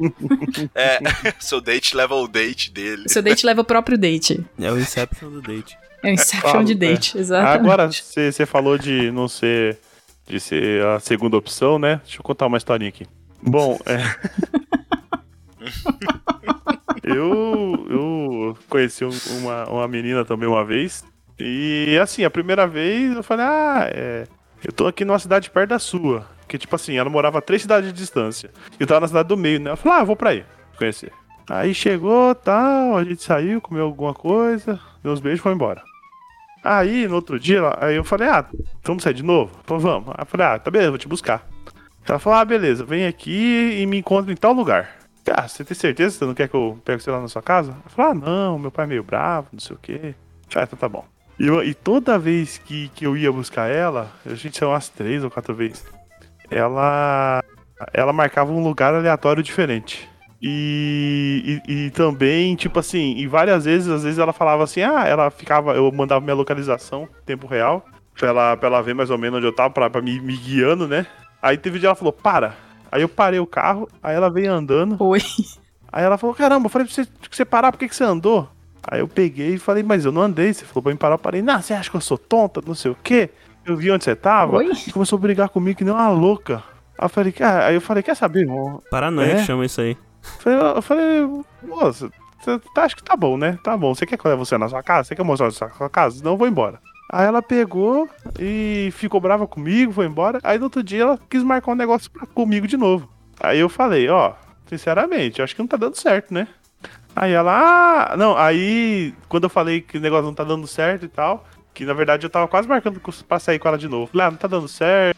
É. Seu date leva o date dele.
Seu date leva o próprio date.
É o Inception do date.
É Ah, o Inception de
Fala,
date, exatamente.
Agora, você falou de não ser. de ser a segunda opção, né? Deixa eu contar uma historinha aqui. Bom, é. eu, eu conheci um- uma, uma menina também uma vez. E assim, a primeira vez eu falei, ah, é, eu tô aqui numa cidade perto da sua. Que tipo assim, ela morava a três cidades de distância. E eu tava na cidade do meio, né? Eu falei, ah, eu vou pra aí, conhecer. Aí chegou, tal, a gente saiu, comeu alguma coisa, deu uns beijos e foi embora. Aí, no outro dia, ela- aí eu falei, ah, vamos sair de novo? Ela Falou, vamos. Aí eu falei, ah, tá beleza, vou te buscar. Ela falou, ah, beleza, vem aqui e me encontra em tal lugar. Ah, você tem certeza que você não quer que eu pegue você lá na sua casa? Ela falou, ah, não, meu pai é meio bravo, não sei o quê. Ah, então tá bom. E, eu- e toda vez que, que eu ia buscar ela, a gente saiu umas três ou quatro vezes, ela, ela marcava um lugar aleatório diferente. E, e, e também, tipo assim, e várias vezes, às vezes ela falava assim, ah, ela ficava, eu mandava minha localização em tempo real, pra ela, pra ela ver mais ou menos onde eu tava, pra, pra me, me guiando, né? Aí teve um dia ela falou, para. Aí eu parei o carro, aí ela veio andando,
Oi.
aí ela falou, caramba, eu falei pra você, que você parar, por que, que você andou? Aí eu peguei e falei, mas eu não andei, você falou pra mim parar, eu parei, não, você acha que eu sou tonta, não sei o quê? Eu vi onde você tava,
Oi?
e começou a brigar comigo que nem uma louca. Aí eu falei, cara, aí eu falei, quer saber, irmão?
Paranoia
É?
que chama isso aí.
Falei, eu falei, moça, você tá- acho que tá bom, né? Tá bom. Você quer que eu leve você na sua casa? Você quer mostrar na sua sua casa? Não, eu vou embora. Aí ela pegou e ficou brava comigo, foi embora. Aí no outro dia ela quis marcar um negócio pra, comigo de novo. Aí eu falei, ó, sinceramente, acho que não tá dando certo, né? Aí ela, ah, não, aí quando eu falei que o negócio não tá dando certo e tal, Que na verdade eu tava quase marcando com- pra sair com ela de novo. Falei, ah, não tá dando certo,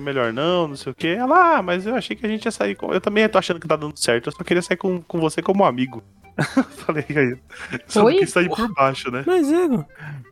melhor não, não sei o quê. Ela, ah, mas eu achei que a gente ia sair com. Eu também tô achando que tá dando certo, eu só queria sair com, com você como amigo. Falei aí. Só não
Oi?
quis sair por baixo, né?
Mas, é, Igor,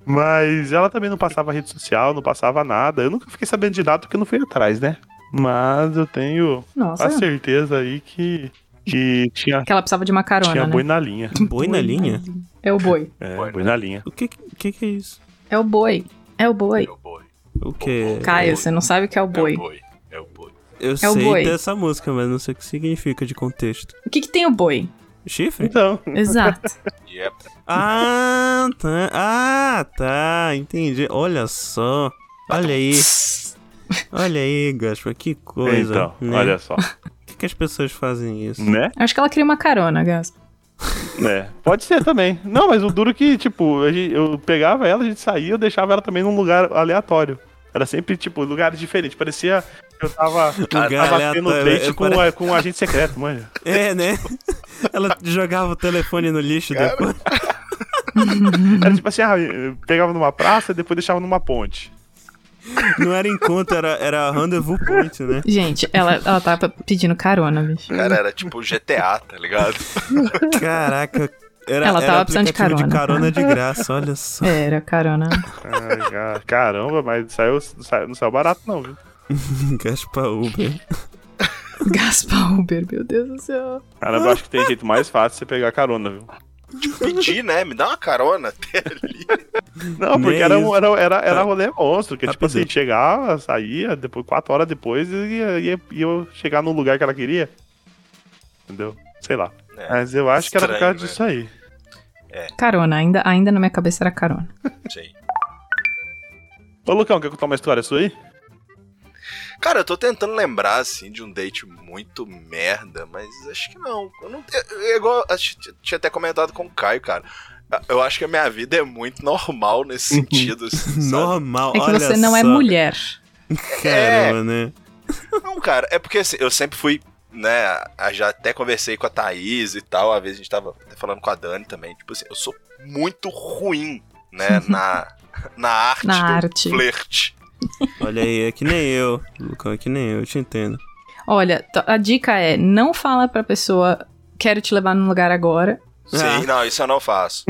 Mas ela também não passava rede social, não passava nada. Eu nunca fiquei sabendo de nada porque eu não fui atrás, né? Mas eu tenho
Nossa,
a certeza aí que, que tinha,
que ela precisava de uma carona,
tinha
né?
boi na linha.
boi na linha?
É o boi.
É,
Boi na
boi
né?
na linha.
O que, que que é isso?
É o boi. É o boi.
É o boi.
O que?
Caio, você não sabe o que é o
É o
boi.
boi. É o boi.
Eu
É o
sei
boi.
dessa música, mas não sei o que significa de contexto.
O que, que tem o boi?
Chifre?
Então,
Exato.
E é
Ah, tá. Ah, tá. Entendi. Olha só. Olha aí. Olha aí, Gaspar. Que coisa.
então
né?
olha só.
Por que, que as pessoas fazem isso?
né?
Acho que ela queria uma carona, Gaspa.
É, pode ser também. Não, mas o duro que, tipo, a gente- eu pegava ela, a gente saía, eu deixava ela também num lugar aleatório. Era sempre, tipo, lugares diferentes. Parecia que eu tava,
Lugar
tava tendo
aleatório, é,
date com,
pare-
a- com um agente secreto, manja.
É, né? Ela jogava o telefone no lixo depois. Uhum.
Era tipo assim, ah, eu pegava numa praça e depois deixava numa ponte.
Não era encontro, era, era rendezvous point, né?
Gente, ela, ela tava pedindo carona, bicho.
Cara, era tipo GTA, tá ligado?
Caraca. Era,
Ela
era
tava precisando de
aplicativo de
carona.
carona de graça, olha só.
Era carona.
Ai, ca- Caramba, mas saiu, saiu, não saiu barato não, viu?
Gaspa um Uber.
Gaspa Uber, meu Deus do céu.
Caramba, eu acho que tem jeito mais fácil de você pegar carona, viu?
Pedi, né? Me dá uma carona até ali.
Não,
Nem
porque era,
isso. Tá.
um, era, era, era rolê monstro, que tipo
Rapidão.
assim, chegava, saía, depois, quatro horas depois, e ia, ia, ia eu chegar no lugar que ela queria. Entendeu? Sei lá.
É,
Mas eu acho que era por causa
estranho,
disso aí.
Carona, ainda, ainda na minha cabeça era carona.
Sim.
Ô, Lucão, quer contar uma história sua aí?
Cara, eu tô tentando lembrar, assim, de um date muito merda, mas acho que não. Eu não te- é igual, acho que tinha até comentado com o Caio, cara. Ah, Eu acho que a minha vida é muito normal nesse sentido. Assim, sabe?
Normal,
É que
olha
você não é
só.
mulher.
Caramba, né?
Não, cara, é porque assim, eu sempre fui, né? a- Já até conversei com a Thaís e tal. Às vezes a gente tava até falando com a Dani também. Tipo assim, eu sou muito ruim, né? Na, na arte
Na
do
arte.
flerte.
Olha aí, é que nem eu, Lucão, é que nem eu, eu te entendo.
Olha, t- a dica é: não fala pra pessoa, quero te levar num lugar agora.
Sim, não, isso eu não faço.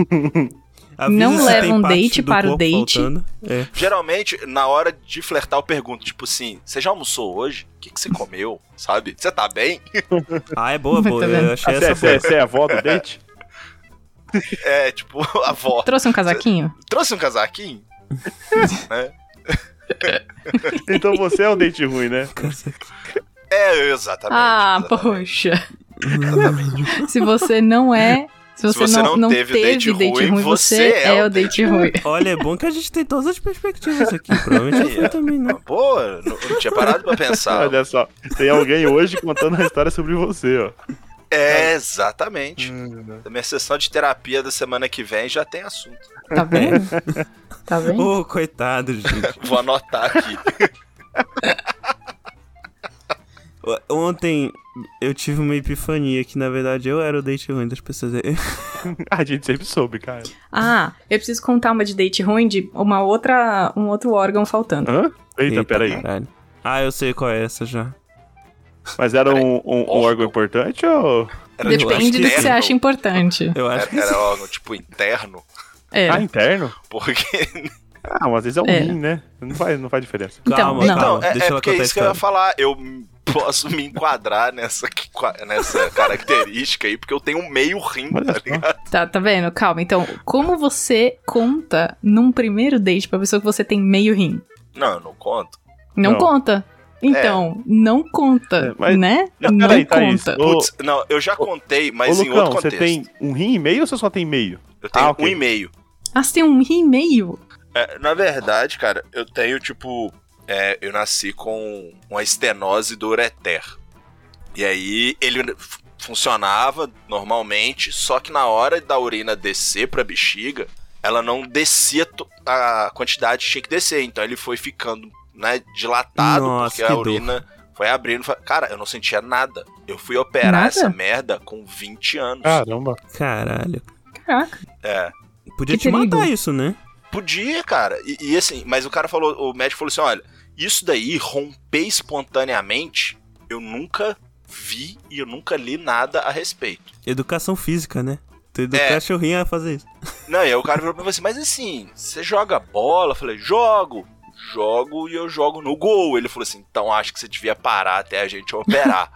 Avisa
Não
se
leva
tem
um
parte
date
do
para o
corpo
date.
faltando. É.
Geralmente, na hora de flertar, eu pergunto, tipo assim, você já almoçou hoje? O que, que você comeu? Sabe? Você tá bem?
Ah, é boa, boa.
Tá
Eu
vendo?
achei
você,
essa
você,
boa.
você é avó do date?
É, tipo, a avó.
Trouxe um casaquinho?
Trouxe um casaquinho?
então você é um date ruim, né?
É, exatamente.
Ah,
exatamente.
poxa. se você não é. Se você, não, não teve, date, ruim, você é o date ruim.
Olha, é bom que a gente tem todas as perspectivas aqui. Provavelmente eu fui também, né?
Ah, Pô, eu não, eu não tinha parado pra pensar.
Olha só, tem alguém hoje contando a história sobre você, ó.
É, exatamente. Na minha sessão de terapia da semana que vem já tem assunto.
Tá vendo? Tá vendo?
Ô, coitado, gente.
Vou anotar aqui.
Ontem eu tive uma epifania que, na verdade, eu era o date ruim das pessoas.
A gente sempre soube, cara.
Ah, eu preciso contar uma de date ruim de uma outra, um outro órgão faltando.
Hã? Eita, peraí.
caralho. Ah, eu sei qual é essa já.
Mas era um, um, um órgão importante ou.
Era tipo
Depende do que você
interno.
acha importante.
Eu acho
Era,
que
era órgão tipo interno,
É.
Ah, interno?
porque.
Ah, mas às vezes é um
É.
rim, né? Não faz, não faz diferença.
Então,
Calma,
Ah,
não.
calma.
Então, é,
Deixa
é
ela
porque é
contar a
isso que eu ia
história.
falar. Eu m- posso me enquadrar nessa, que- qua- nessa característica aí, porque eu tenho um meio rim,
Olha
tá
só.
ligado?
Tá, tá vendo? Calma. Então, como você conta num primeiro date pra pessoa que você tem meio rim?
Não, eu não conto.
Não,
Não.
conta. Então, não conta,
É, mas-
né? Não,
Não, peraí, Thaís,
conta.
Ô,
Putz, não, eu já contei, mas
Ô,
em
Lucão,
outro
você
contexto.
tem um rim e meio ou você só tem meio?
Eu tenho
Ah, ok.
um e meio.
Ah, você tem um rim e meio?
É, na verdade, cara, eu tenho, tipo. é, eu nasci com uma estenose do ureter. E aí ele f- funcionava normalmente, só que na hora da urina descer pra bexiga, ela não descia to- a quantidade que tinha que descer. Então ele foi ficando, né, dilatado,
Nossa,
porque
que
a
dor.
urina foi abrindo. Fa- Cara, eu não sentia nada. Eu fui operar
Nada?
essa merda com 20 anos.
Ah.
Caramba.
Caralho.
Caraca.
É.
Podia
Que
te matar
perigo.
isso, né?
Podia, cara. E, e assim, mas o cara falou, o médico falou assim: olha, isso daí romper espontaneamente, eu nunca vi e eu nunca li nada a respeito.
Educação física, né? Tu educar
É.
cachorrinho a fazer isso.
Não, e aí o cara virou pra mim e falou assim: mas assim, você joga bola? Eu falei: jogo, jogo e eu jogo no gol. Ele falou assim: então acho que você devia parar até a gente operar.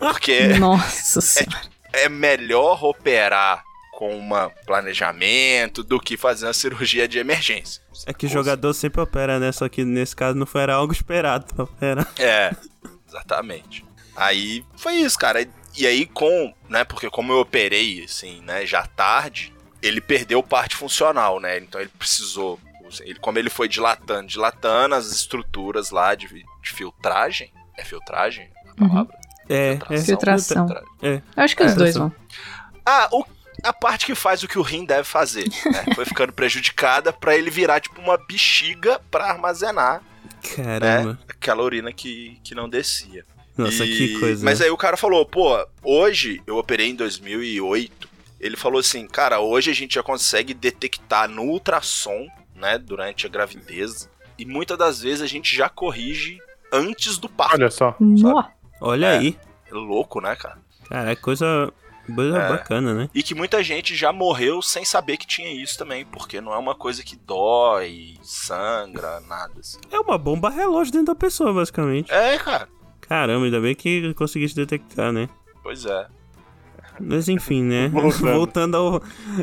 Porque.
Nossa senhora.
é melhor operar com um planejamento do que fazer uma cirurgia de emergência.
É que jogador sempre opera, né? Só que nesse caso não foi era algo esperado pra operar.
É, exatamente. Aí foi isso, cara. E aí com, né, porque como eu operei assim, né, já tarde, ele perdeu parte funcional, né? Então ele precisou, ele como ele foi dilatando, dilatando as estruturas lá de, de filtragem, é filtragem a palavra?
É, é.
Filtração. Eu acho que
É,
os dois
só-
vão.
Ah, o- a parte que faz o que o rim deve fazer. né? Foi ficando prejudicada pra ele virar tipo uma bexiga pra armazenar
é. Caramba.
aquela urina que, que não descia.
Nossa,
É. E-
que coisa.
Mas
né?
aí o cara falou, pô, hoje eu operei em 2008. Ele falou assim, cara, hoje a gente já consegue detectar no ultrassom, né, durante a gravidez. E muitas das vezes a gente já corrige antes do parto.
Olha só.
Nossa.
Olha
É.
aí.
É louco, né, cara?
Cara, é coisa, coisa
É.
bacana, né?
E que muita gente já morreu sem saber que tinha isso também, porque não é uma coisa que dói, sangra, nada assim.
É uma bomba relógio dentro da pessoa, basicamente.
É, cara.
Caramba, ainda bem que conseguiste detectar, né?
Pois é.
Mas enfim, né?
Voltando.
Voltando ao,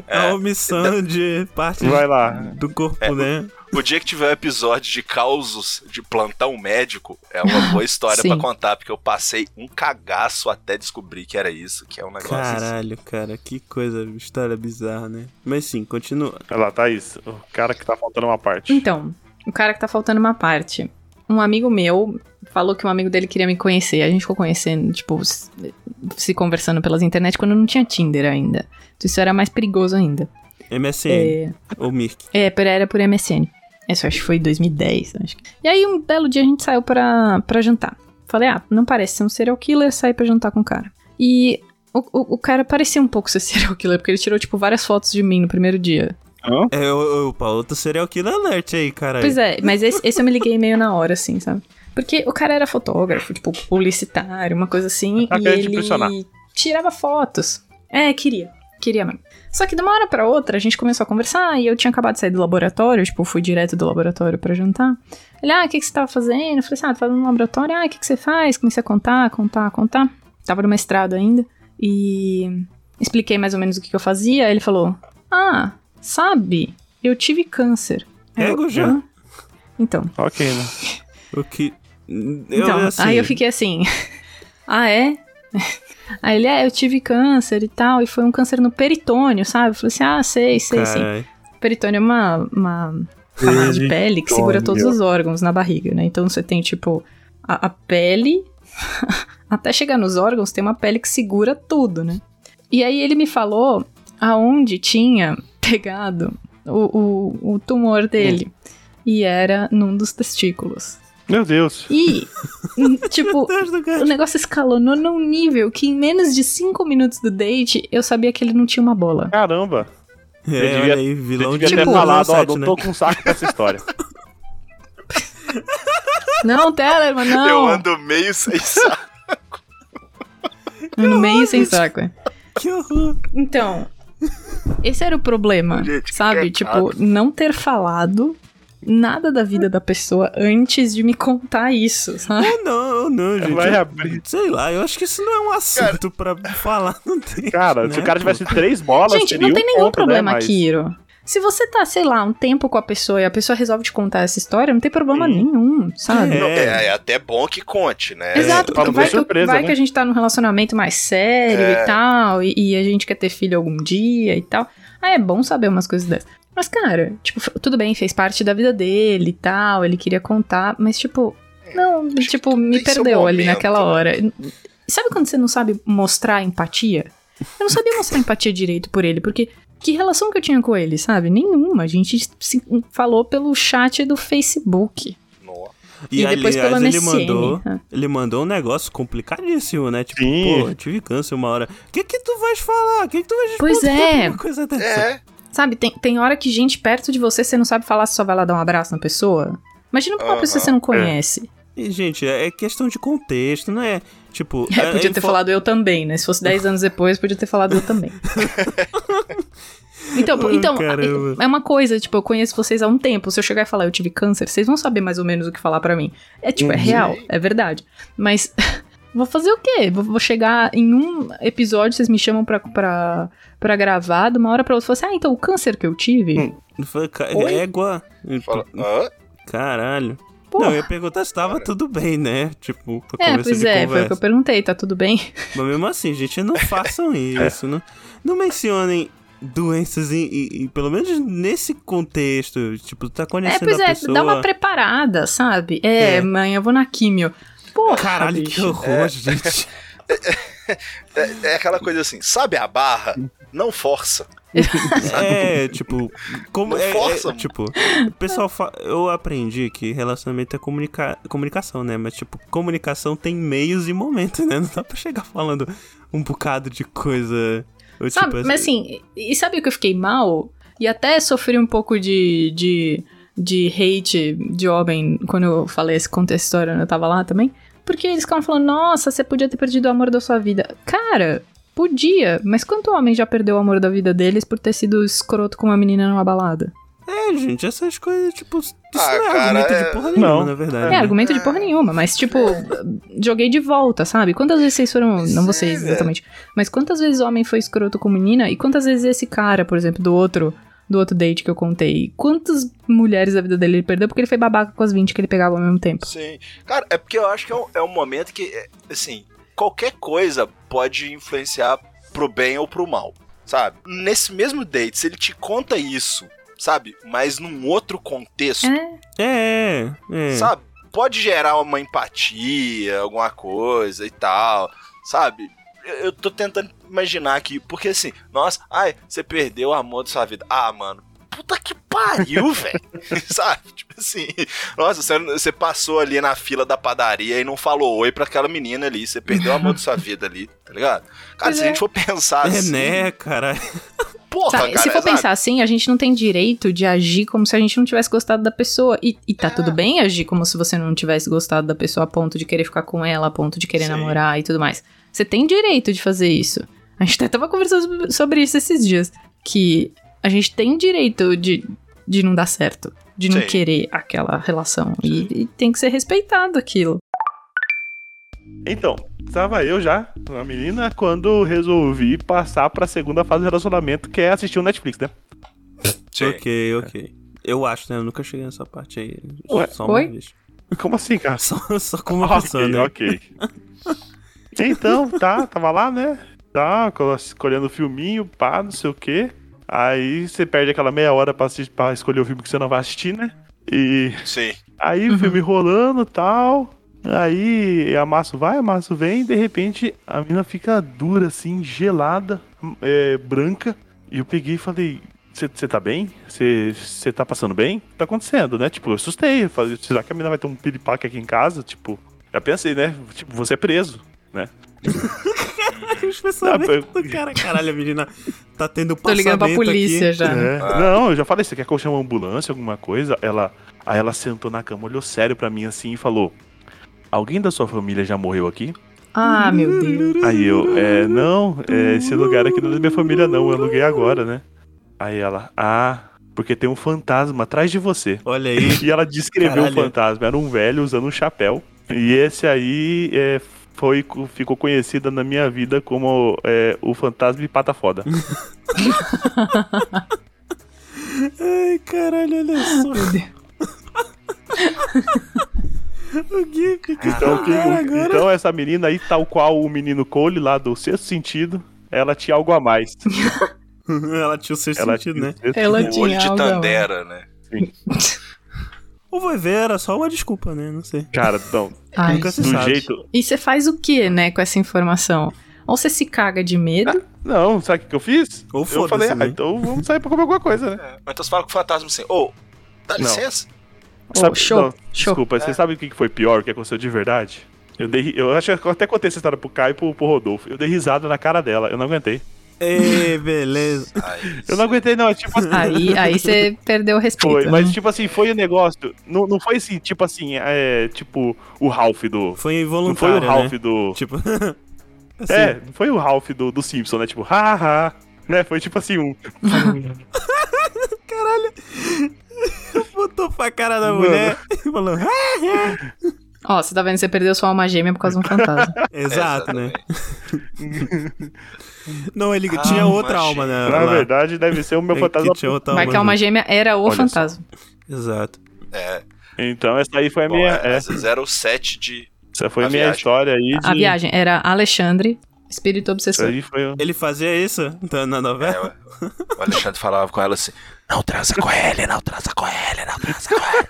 à
É.
omissão de partes
Vai lá.
do corpo,
É.
né?
O dia que tiver um episódio de causos de plantão médico, é uma boa história
Sim.
pra contar, porque eu passei um cagaço até descobrir que era isso, que é um negócio assim.
Caralho, cara, que coisa, história bizarra, né? Mas sim, continua.
Vai lá, Thaís. O cara que tá faltando uma parte.
Então, o cara que tá faltando uma parte. Um amigo meu falou que um amigo dele queria me conhecer. A gente ficou conhecendo, tipo, s- se conversando pelas internet quando não tinha Tinder ainda. Então, Isso era mais perigoso ainda.
MSN
É.
ou Mirk.
É, por- era por MSN. Isso acho que foi 2010, acho. que. E aí um belo dia a gente saiu pra, pra jantar. Falei, ah, não parece ser um serial killer, saí pra jantar com o cara. E o, o, o cara parecia um pouco ser serial killer, porque ele tirou, tipo, várias fotos de mim no primeiro dia.
É, ô, ô, opa, outro serial killer alert aí, caralho.
Pois é, mas esse, esse eu me liguei meio na hora, assim, sabe? Porque o cara era fotógrafo, tipo, publicitário, uma coisa assim,
Tá
e
querendo te
ele
impressionar.
tirava fotos. É, queria. Queria mesmo. Só que de uma hora pra outra, a gente começou a conversar e eu tinha acabado de sair do laboratório, tipo, fui direto do laboratório pra jantar. Ele, ah, o que, que você tava fazendo? Eu falei assim, ah, tava no laboratório, ah, o que, que você faz? Comecei a contar, contar, contar. Tava no mestrado ainda. E expliquei mais ou menos o que, que eu fazia. Ele falou, ah, sabe, eu tive câncer. Aí eu,
Ego já.
"Hã?" Então,
Ok, né?
O que. Eu,
então,
assim,
aí eu fiquei assim. ah, é? Aí ele, é, eu tive câncer e tal, e foi um câncer no peritônio, sabe? Eu falei assim, ah, sei, sei, sim.
caralho.
Peritônio é uma, uma camada de pele que segura todos os órgãos na barriga, né? Então você tem, tipo, a, a pele. até chegar nos órgãos, tem uma pele que segura tudo, né? E aí ele me falou aonde tinha pegado o, o, o tumor dele. E era num dos testículos.
Meu Deus.
E, tipo,
Deus do
o
cara.
negócio escalonou num nível que em menos de 5 minutos do date eu sabia que ele não tinha uma bola.
Caramba.
É,
devia-
olha aí, vilão
Você
de
devia ter
Tipo,
falado, ó,
site,
não
né?
tô com saco dessa história.
Não, Tellerman,
Eu
não!
ando meio sem saco.
No meio sem saco. é.
Que horror.
Então, esse era o problema,
Gente, que
sabe?
pecado.
Tipo, não ter falado nada da vida da pessoa antes de me contar isso, sabe?
Ou não, ou não, gente.
Vai
Eu-
abrir.
Sei lá, eu acho que isso não é um assunto pra falar, não tem.
Cara,
né,
se o cara
pô?
tivesse três bolas,
Gente,
seria
não
um
tem nenhum
ponto,
problema
né? Mas-
Kiro. Se você tá, sei lá, um tempo com a pessoa e a pessoa resolve te contar essa história, não tem problema
Sim.
nenhum, sabe?
É.
Não, É. é até bom que conte, né?
Exato,
pra
porque
não
vai,
ter surpresa,
vai
né?
que a gente tá num relacionamento mais sério e tal, e, e a gente quer ter filho algum dia e tal. Ah, é bom saber umas coisas dessas. Mas, cara, tipo, f- tudo bem, fez parte da vida dele e tal, ele queria contar, mas, tipo, não,
acho
tipo,
que
me
tem seu
perdeu ali
momento,
naquela
né?
hora. Sabe quando você não sabe mostrar empatia? Eu não sabia mostrar empatia direito por ele, porque que relação que eu tinha com ele, sabe? Nenhuma. A gente se falou pelo chat do Facebook.
Nossa.
E,
E, depois
aliás,
pelo MSN.
ele mandou,
né?
ele mandou um negócio complicadíssimo, né? Tipo,
Sim.
pô, eu tive câncer uma hora. O que que tu vais falar? O que que tu vais
Pois
responder
é.
pra uma coisa dessa?
É,
Sabe, tem, tem hora que gente perto de você, você não sabe falar, você só vai lá dar um abraço na pessoa. Imagina pra uma
Aham.
pessoa
É.
que você não conhece.
E, gente, é é questão de contexto, não é? Tipo.
É,
a-
podia
a
ter
info-
falado eu também, né? Se fosse 10 anos depois, podia ter falado eu também. então, pô,
Ai,
então
caramba.
é uma coisa, tipo, eu conheço vocês há um tempo. Se eu chegar e falar eu tive câncer, vocês vão saber mais ou menos o que falar pra mim. É tipo, é
Uhum.
real, é verdade. Mas vou fazer o quê? Vou, vou chegar em um episódio, vocês me chamam pra, pra, pra gravar, de uma hora pra outra, eu falo assim, ah, então o câncer que eu tive.
Hum. Foi ca-
Oi?
Égua.
Fala, hã?
Caralho.
Porra.
Não, eu ia perguntar se tava tudo bem, né? Tipo, pra
É,
começo
pois
de
é, foi o que
conversa.
eu perguntei, tá tudo bem?
Mas mesmo assim, gente, não façam isso. não, não mencionem doenças e, e- e pelo menos nesse contexto. Tipo, tá
É,
conhecendo
pois
a
é,
pessoa.
dá uma preparada, sabe? É,
É.
mãe, eu vou na químio. Porra,
Caralho, que tipo,
bicho.
horror, gente.
É, é aquela coisa assim, sabe a barra? Não força.
É, tipo, como
Não
é, é,
força, mano.
tipo, o pessoal fa- eu aprendi que relacionamento é comunica... comunicação, né? Mas tipo, comunicação tem meios e momentos, né? Não dá pra chegar falando um bocado de coisa. ou,
Sabe,
tipo,
mas assim, e e sabe o que eu fiquei mal? E até sofri um pouco de, de, de hate de homem quando eu falei esse contexto história, né? eu tava lá também. Porque eles ficavam falando, nossa, você podia ter perdido o amor da sua vida. Cara, podia, mas quanto homem já perdeu o amor da vida deles por ter sido escroto com uma menina numa balada? assim-
É, gente, essas coisas, tipo, isso
Ah,
não é
cara,
argumento de
é-
porra nenhuma,
Não.
na verdade.
É,
né?
argumento de porra nenhuma, mas tipo, joguei de volta, sabe? Quantas vezes vocês foram.
Pois
Não
é,
vocês
velho.
exatamente. Mas quantas vezes o homem foi escroto com menina e quantas vezes esse cara, por exemplo, do outro. Do outro date que eu contei. Quantas mulheres da vida dele ele perdeu? Porque ele foi babaca com as 20 que ele pegava ao mesmo tempo.
Sim. Cara, é porque eu acho que é um, é um momento que, é, assim, qualquer coisa pode influenciar pro bem ou pro mal, sabe? Nesse mesmo date, se ele te conta isso, sabe? Mas num outro contexto,
É.
É,
Hum.
é.
sabe? Pode gerar uma empatia, alguma coisa e tal, sabe? Eu- Eu tô tentando imaginar aqui, porque assim, nossa, ai, você perdeu o amor da sua vida. Ah, mano, puta que pariu, velho. Sabe? Tipo assim, nossa, você, você passou ali na fila da padaria e não falou oi pra aquela menina ali, você perdeu o amor da sua vida ali, tá ligado? Cara,
Pois
se
é.
a gente for pensar
É,
assim,
né, cara?
porra,
Sabe,
cara, é
se for
sabe?
pensar assim, a gente não tem direito de agir como se a gente não tivesse gostado da pessoa. E, e tá
É.
tudo bem agir como se você não tivesse gostado da pessoa a ponto de querer ficar com ela, a ponto de querer
Sim.
namorar e tudo mais. Você tem direito de fazer isso. A gente até tava conversando sobre- sobre isso esses dias. Que a gente tem direito de, de não dar certo. De não
Sim.
querer aquela relação. E, e tem que ser respeitado aquilo.
Então, estava eu já, uma menina, quando resolvi passar pra segunda fase do relacionamento, que é assistir o Netflix, né?
Sim.
Ok, ok. Eu acho, né? Eu nunca cheguei nessa parte aí.
Ué.
só uma
Oi?
vez.
Como assim, cara?
Só, só com uma pessoa, né?
ok. então, tá, tava lá, né? Tá, col- escolhendo o filminho, pá, não sei o quê. Aí você perde aquela meia hora pra, assistir, pra escolher o filme que você não vai assistir, né? E
Sim.
aí
Uhum.
o filme rolando e tal. Aí a Márcio vai, a Márcio vem, e de repente a mina fica dura, assim, gelada, é, branca. E eu peguei e falei: Você tá bem? Você tá passando bem? O que Tá acontecendo, né? Tipo, eu assustei. Eu falei, será que a mina vai ter um piripaque aqui em casa? Tipo, já pensei, né? Tipo, você é preso.
As pessoas
Dá pra-
do cara. Caralho, a menina tá tendo
Tô ligando pra
passamento
polícia
aqui.
já.
É.
Ah.
Não, eu já falei, você quer que eu chame uma ambulância, alguma coisa? Ela, aí ela sentou na cama, olhou sério pra mim assim e falou: Alguém da sua família já morreu aqui?
Ah, meu Deus.
Aí eu, é, não, é, esse lugar aqui não é da minha família, não, eu aluguei agora, né? Aí ela, ah, porque tem um fantasma atrás de você.
Olha aí.
E ela descreveu o
Caralho.
fantasma, era um velho usando um chapéu. E esse aí é, foi, ficou conhecido na minha vida como é, o fantasma de pata foda.
Ai, caralho, olha só.
Meu Deus.
É O Gui, que que
Então, que-
cara agora?
então essa menina aí, tal qual o menino Cole lá do sexto sentido, ela tinha algo a mais.
Ela tinha o sexto
então- Ela
sentido,
tinha
né?
o sexto
Ela
sentido.
O olho
tinha
de
algo a
Tandera, né?
Ou vai ver, era só uma desculpa, né? Não sei.
Cara, não,
Ai,
Nunca se
do
sabe.
jeito.
E você faz o que, né, com essa informação? Ou você se caga de medo?
Não, sabe o que eu fiz?
Ou
eu
foda-se,
falei, ah,
né?
então vamos sair pra comer alguma coisa, né?
É. Mas então você fala com o fantasma assim, ô, dá
Não.
licença?
Ou
Ah, Sabe-
show,
não,
show.
Desculpa,
É.
você sabe o que que foi pior, o que aconteceu de verdade? Eu dei, eu acho que eu até contei essa história pro Caio e pro, pro Rodolfo. Eu dei risada na cara dela, eu não aguentei.
Ei, É, beleza.
Aí,
Eu não aguentei, não. É tipo assim.
Aí, aí você perdeu o respeito.
Foi, mas
né?
tipo assim, foi o negócio. Não, não foi assim, tipo assim, é, tipo o Ralph do.
Foi
Não foi o
involuntário,
Ralph
né?
do.
Tipo... assim,
é, não foi o Ralph do, do Simpson, né? Tipo, haha. Né? Foi tipo assim, um.
botou pra cara da
Mano.
mulher e falou... "Ah!"
Ó, você tá vendo, você perdeu sua alma gêmea por causa de um fantasma.
Exato, né?
exatamente.
Não, ele tinha
Alma
outra alma, né?
Ah, Na
lá.
verdade, deve ser o meu
É
fantasma.
que tinha outra
Vai que a
alma,
alma gêmea era o
Tá, Olha só.
fantasma.
né? Exato.
É,
Então, essa aí foi a
bom,
minha.
é,
é,
às vezes era o 7 de.
essa foi a
a
minha
viagem.
história aí. De,
A viagem era Alexandre, espírito
Isso
obsessor.
aí foi. um- o-
Ele fazia isso na- na
É,
novela?
o Alexandre falava com ela assim: Não transa com ele, não transa com ele, não transa com ele.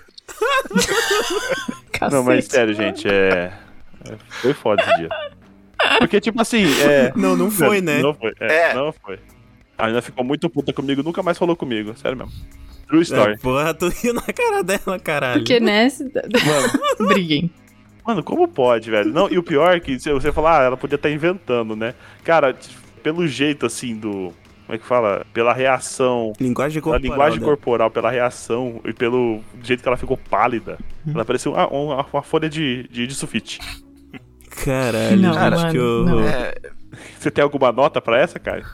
Cacete.
Não, mas sério, gente, é. é, Foi foda esse dia. Porque, tipo assim, é.
Não, não foi, né?
Não foi. É,
É.
Não foi. A menina ficou muito puta comigo, nunca mais falou comigo. Sério mesmo. True story.
É, porra, tu riu na cara dela, caralho.
Porque, né?
Mano,
Briguem.
mano, como pode, velho? Não, e o pior é que se você falar, ah, ela podia estar inventando, né? Cara, t- pelo jeito assim do. Como é que fala? Pela reação.
Linguagem
Pela
corporal. né?
linguagem
dela.
corporal, pela reação e pelo jeito que ela ficou pálida.
Uhum.
Ela parecia uma, uma- uma folha de, de, de sulfite.
né? Caralho,
Não,
gente,
mano,
que horror.
não.
É,
Você tem alguma nota pra essa, cara?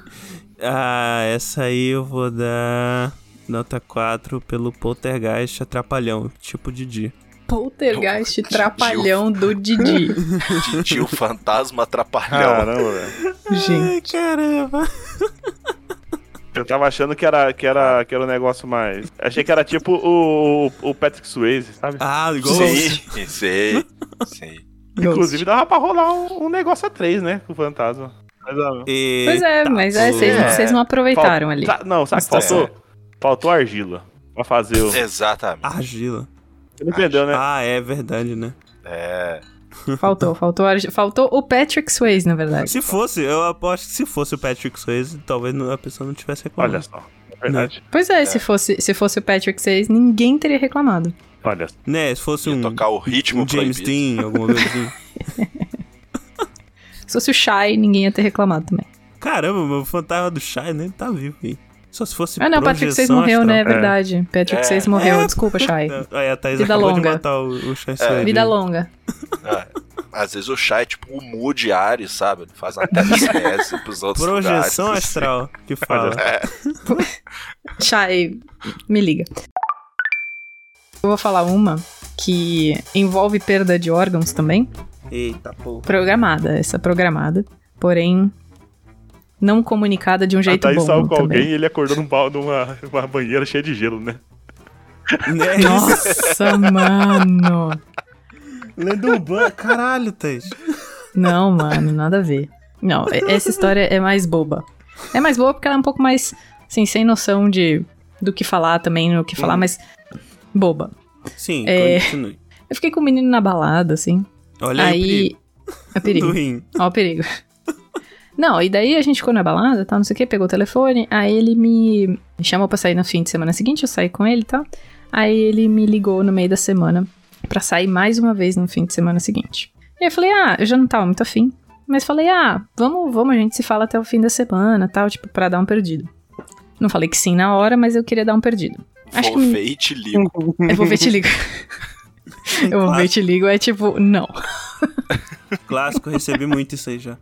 Ah, essa aí eu vou dar nota 4 pelo poltergeist atrapalhão, tipo Didi.
Poltergeist trapalhão do Didi.
Didi, o fantasma atrapalhão.
Caramba, velho.
Gente.
Ai, caramba.
Eu tava achando que era, que, era, que era um negócio mais. Achei que era tipo o, o Patrick Swayze, sabe?
Ah, igual
Sim, sim, sim.
Inclusive dava pra rolar um, um negócio a três, né? Com o fantasma. Mas, ó,
E...
Pois é, mas é, vocês,
É.
vocês não aproveitaram ali.
sa- não, sabe o que faltou? Faltou argila pra fazer o.
Exatamente.
Argila.
Você não entendeu, né?
Ah, é verdade, né?
É.
Faltou, faltou, a- faltou o Patrick Swayze, na verdade.
Se fosse, eu aposto que se fosse o Patrick Swayze, talvez não- a pessoa não tivesse reclamado.
Olha só. É verdade.
Pois é, Se, fosse, se fosse o Patrick Swayze, ninguém teria reclamado.
Olha só.
Né, se fosse
Ia
um,
tocar o ritmo
um James
proibido.
Dean, alguma coisa assim.
Se fosse o Shy, ninguém ia ter reclamado também.
Caramba, meu fantasma do Shai nem tá vivo, hein? Só se fosse
Ah, não, o Patrick Swayze
projeção
morreu, né? É
astral.
verdade. Patrick
É.
Swayze morreu.
É.
Desculpa, Shy.
Aí a Thaís
Vida
acabou de
longa.
matar o, o Shai Swayze.
Vida longa.
Ah, às vezes o chá é tipo o Mu de Ares, sabe? Ele faz uma telecinese pros outros
Projeção
lugares.
astral que fala.
Shy, me liga. Eu vou falar uma que envolve perda de órgãos também.
Eita, pô.
Programada, essa programada. Porém, não comunicada de um jeito
a Thaís
bom
saiu tá com
também.
alguém e ele acordou num ba- numa, numa banheira cheia de gelo, né?
Né?
Nossa, mano.
Lenda urbana. Caralho, Thaís.
Não, mano, nada a ver. Não, e- essa história é mais boba. É mais boba porque ela é um pouco mais, assim, sem noção de do que falar também, no que
Hum.
falar, mas boba.
Sim,
É.
continue.
Eu fiquei com o menino na balada, assim.
Olha aí,
aí. É perigo.
perigo. do rim.
Ó, o perigo. Não, e daí a gente ficou na balada, tá, não sei o que, pegou o telefone, aí ele me me chamou pra sair no fim de semana seguinte, eu saí com ele e tal. Aí ele me ligou no meio da semana pra sair mais uma vez no fim de semana seguinte. E eu falei, ah, eu já não tava muito afim, mas falei, ah, vamos, vamos, a gente se fala até o fim da semana, tal, tipo, pra dar um perdido. Não falei que sim na hora, mas eu queria dar um perdido. Acho
Vou
que- um
ver e te ligo.
Eu vou ver te ligo. Eu vou ver te ligo, é tipo, não.
Clássico, recebi muito isso aí já.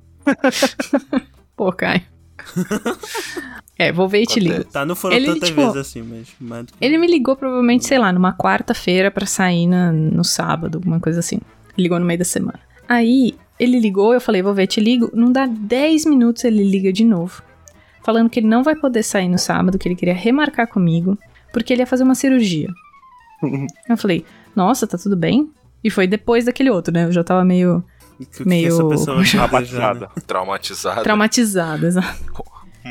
Pô, Caio. É, vou ver e te
Acontece.
ligo.
Tá, não foram
Ele,
tantas
tipo,
vezes assim, mas... mais do que-
Ele me ligou provavelmente, sei lá, numa quarta-feira pra sair na- no sábado, alguma coisa assim. Ligou no meio da semana. Aí ele ligou, eu falei, vou ver, te ligo. Não dá 10 minutos, ele liga de novo. Falando que ele não vai poder sair no sábado, que ele queria remarcar comigo, porque ele ia fazer uma cirurgia. eu falei, nossa, tá tudo bem? E foi depois daquele outro, né? Eu já tava meio
que- que
meio-
essa pessoa vai fazer já, né?
Rabatizada.
Traumatizado.
traumatizada, exato.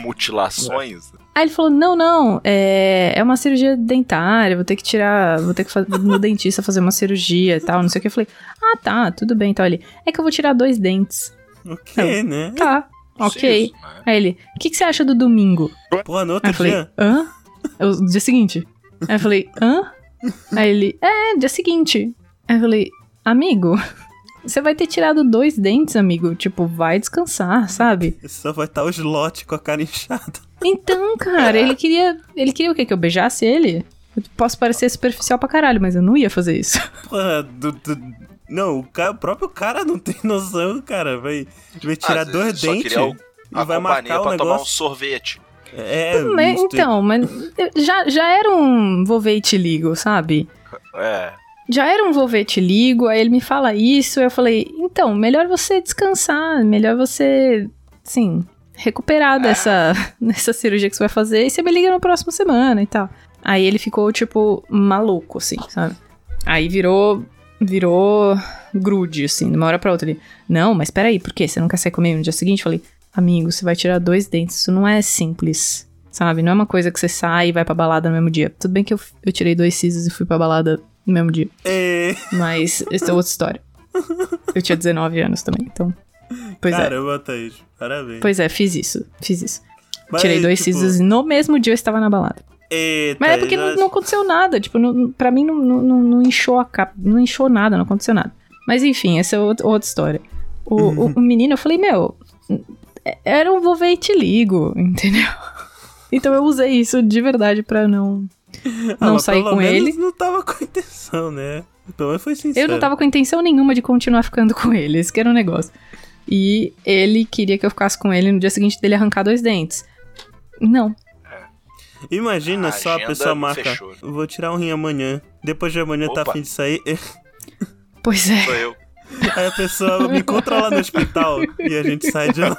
Mutilações.
Aí ele falou: não, não, é, é uma cirurgia dentária, vou ter que tirar, vou ter que fazer no dentista fazer uma cirurgia e tal, não sei o que. Eu falei, ah, tá, tudo bem. Então ele, é que eu vou tirar dois dentes.
Ok, né?
Tá, ok.
Isso, né?
Aí ele, o que, que você acha do domingo?
Porra, no
Aí
outro
eu falei,
dia...
hã? Eu- no dia seguinte. Aí eu falei, hã? Aí ele, é, dia seguinte. Aí eu falei, amigo, Você vai ter tirado dois dentes, amigo. Tipo, vai descansar, sabe?
Só vai estar o Slot com a cara inchada.
Então, cara, ele queria. Ele queria o quê? Que eu beijasse ele? Eu posso parecer superficial pra caralho, mas eu não ia fazer isso.
Porra, do- do- não, o, ca- o próprio cara não tem noção, cara. Vai, vai tirar
Às vezes
dois
só
dentes
queria o-
e
a
vai
companhia
marcar o
pra tomar um
negócio.
sorvete.
É,
Mas,
isso,
então, mas já, já era um vou ver e te ligo, sabe?
É.
Já era um vou ver e te ligo, aí ele me fala isso, eu falei, então, melhor você descansar, melhor você, assim, recuperar dessa, dessa cirurgia que você vai fazer e você me liga na próxima semana e tal. Aí ele ficou, tipo, maluco, assim, sabe? Aí virou, virou grude, assim, de uma hora pra outra. Ele, não, mas peraí, por quê? Você não quer sair comigo no dia seguinte? Eu falei, amigo, você vai tirar dois dentes, isso não é simples, sabe? Não é uma coisa que você sai e vai pra balada no mesmo dia. Tudo bem que eu, eu tirei dois sisos e fui pra balada no mesmo dia,
É,
mas essa é outra história. Eu tinha 19 anos também, então... Pois é,
caramba, Thaís. Parabéns.
pois é, fiz isso, fiz isso.
Mas,
Tirei dois
tipo,
sisos e no mesmo dia eu estava na balada.
Eita,
Mas é porque
já-
não, não aconteceu nada. Tipo, não, pra mim não, não, não- não inchou a capa. Não inchou nada, não aconteceu nada. Mas enfim, essa é outra, outra história. O, o-
Uhum.
o menino, eu falei, meu, é- era um vou ver e te ligo, entendeu? Então eu usei isso de verdade pra não.
Ah,
não
mas
saí
pelo
com
menos
ele.
não tava com intenção, né? Pelo menos foi sincero.
Eu não tava com intenção nenhuma de continuar ficando com ele, esse que era o negócio. E ele queria que eu ficasse com ele no dia seguinte dele arrancar dois dentes. Não.
Imagina
A
só a
agenda
pessoa marca.
fechou.
Vou tirar um rim amanhã. Depois de amanhã tá
Opa.
afim de sair.
Pois é.
Sou eu.
Aí a pessoa me encontra lá no hospital e a gente sai de lá.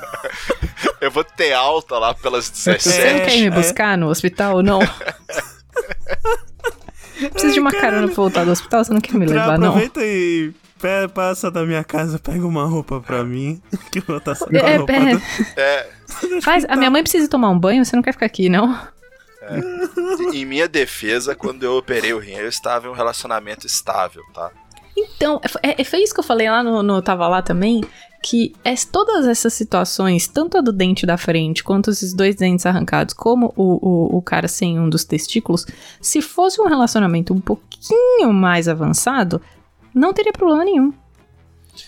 Eu vou ter alta lá pelas
Você não
17.
quer ir
É.
me buscar no hospital, não? Preciso de uma carona pra voltar do hospital, você não quer me
Tra-
levar, não?
aproveita e pe- passa da minha casa, pega uma roupa pra mim. Que eu vou estar sem
É,
a roupa.
é.
do-
É,
Faz, a minha mãe precisa tomar um banho, você não quer ficar aqui, não?
é, em minha defesa, quando eu operei o rim, eu estava em um relacionamento estável, tá?
Então, é, é- foi isso que eu falei lá no, no Tava Lá também, que es- todas essas situações, tanto a do dente da frente, quanto esses dois dentes arrancados, como o, o, o cara sem um dos testículos, se fosse um relacionamento um pouquinho mais avançado, não teria problema nenhum.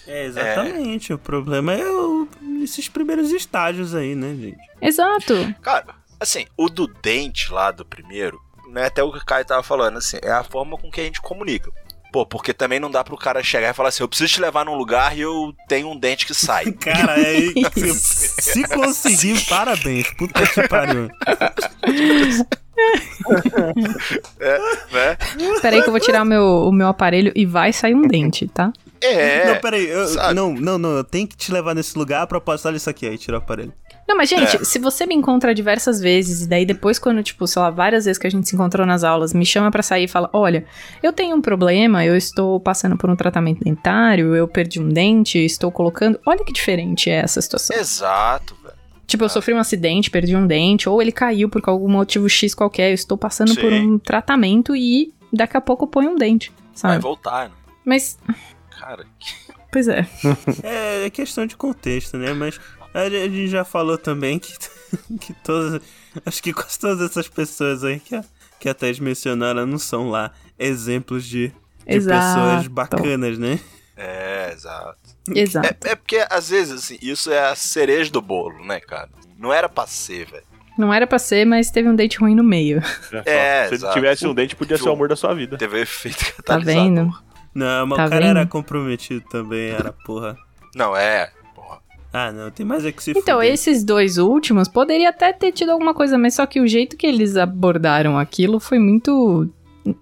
É, exatamente. O problema é o- esses primeiros estágios aí, né, gente?
Exato.
Cara, assim, o do dente lá do primeiro, né? Até o que o Caio tava falando, assim, é a forma com que a gente comunica. Pô, porque também não dá pro cara chegar e falar assim, eu preciso te levar num lugar e eu tenho um dente que sai.
Cara, é aí. Se, se conseguir, parabéns. Puta que pariu.
né?
Peraí que eu vou tirar o meu, o meu aparelho e vai sair um dente, tá?
É.
não, peraí. eu-
sabe?
não, não, não. Eu tenho que te levar nesse lugar. A propósito, olha isso aqui. Aí tira o aparelho.
Não, mas gente, se você me encontra diversas vezes, e daí depois quando, tipo, sei lá, várias vezes que a gente se encontrou nas aulas, me chama pra sair e fala, olha, eu tenho um problema, eu estou passando por um tratamento dentário, eu perdi um dente, estou colocando... Olha que diferente é essa situação.
Exato, velho.
Tipo, eu sofri um acidente, perdi um dente, ou ele caiu por algum motivo X qualquer, eu estou passando
Sim.
por um tratamento e daqui a pouco eu ponho um dente,
Vai
sabe?
voltar, né?
Mas,
Cara, que-
pois é.
É, é questão de contexto, né? Mas a gente já falou também que, que todas. Acho que quase todas essas pessoas aí que a, que a Thaís mencionaram não são lá exemplos de, de pessoas
Exato.
bacanas, né?
é, exato.
Exato.
É, é porque, às vezes, assim, isso é a cereja do bolo, né, cara? Não era pra ser, velho.
Não era pra ser, mas teve um dente ruim no meio.
Olha só,
É,
Se ele
exato.
tivesse um dente, podia ser o amor da sua vida.
Teve um efeito
Tá
catalisador.
vendo?
Não, mas
Tá
o cara
vendo?
era comprometido também, era porra.
Não, é. Porra.
Ah, não, tem mais é que se
Então,
fuder.
esses dois últimos poderia até ter tido alguma coisa, mas só que o jeito que eles abordaram aquilo foi muito.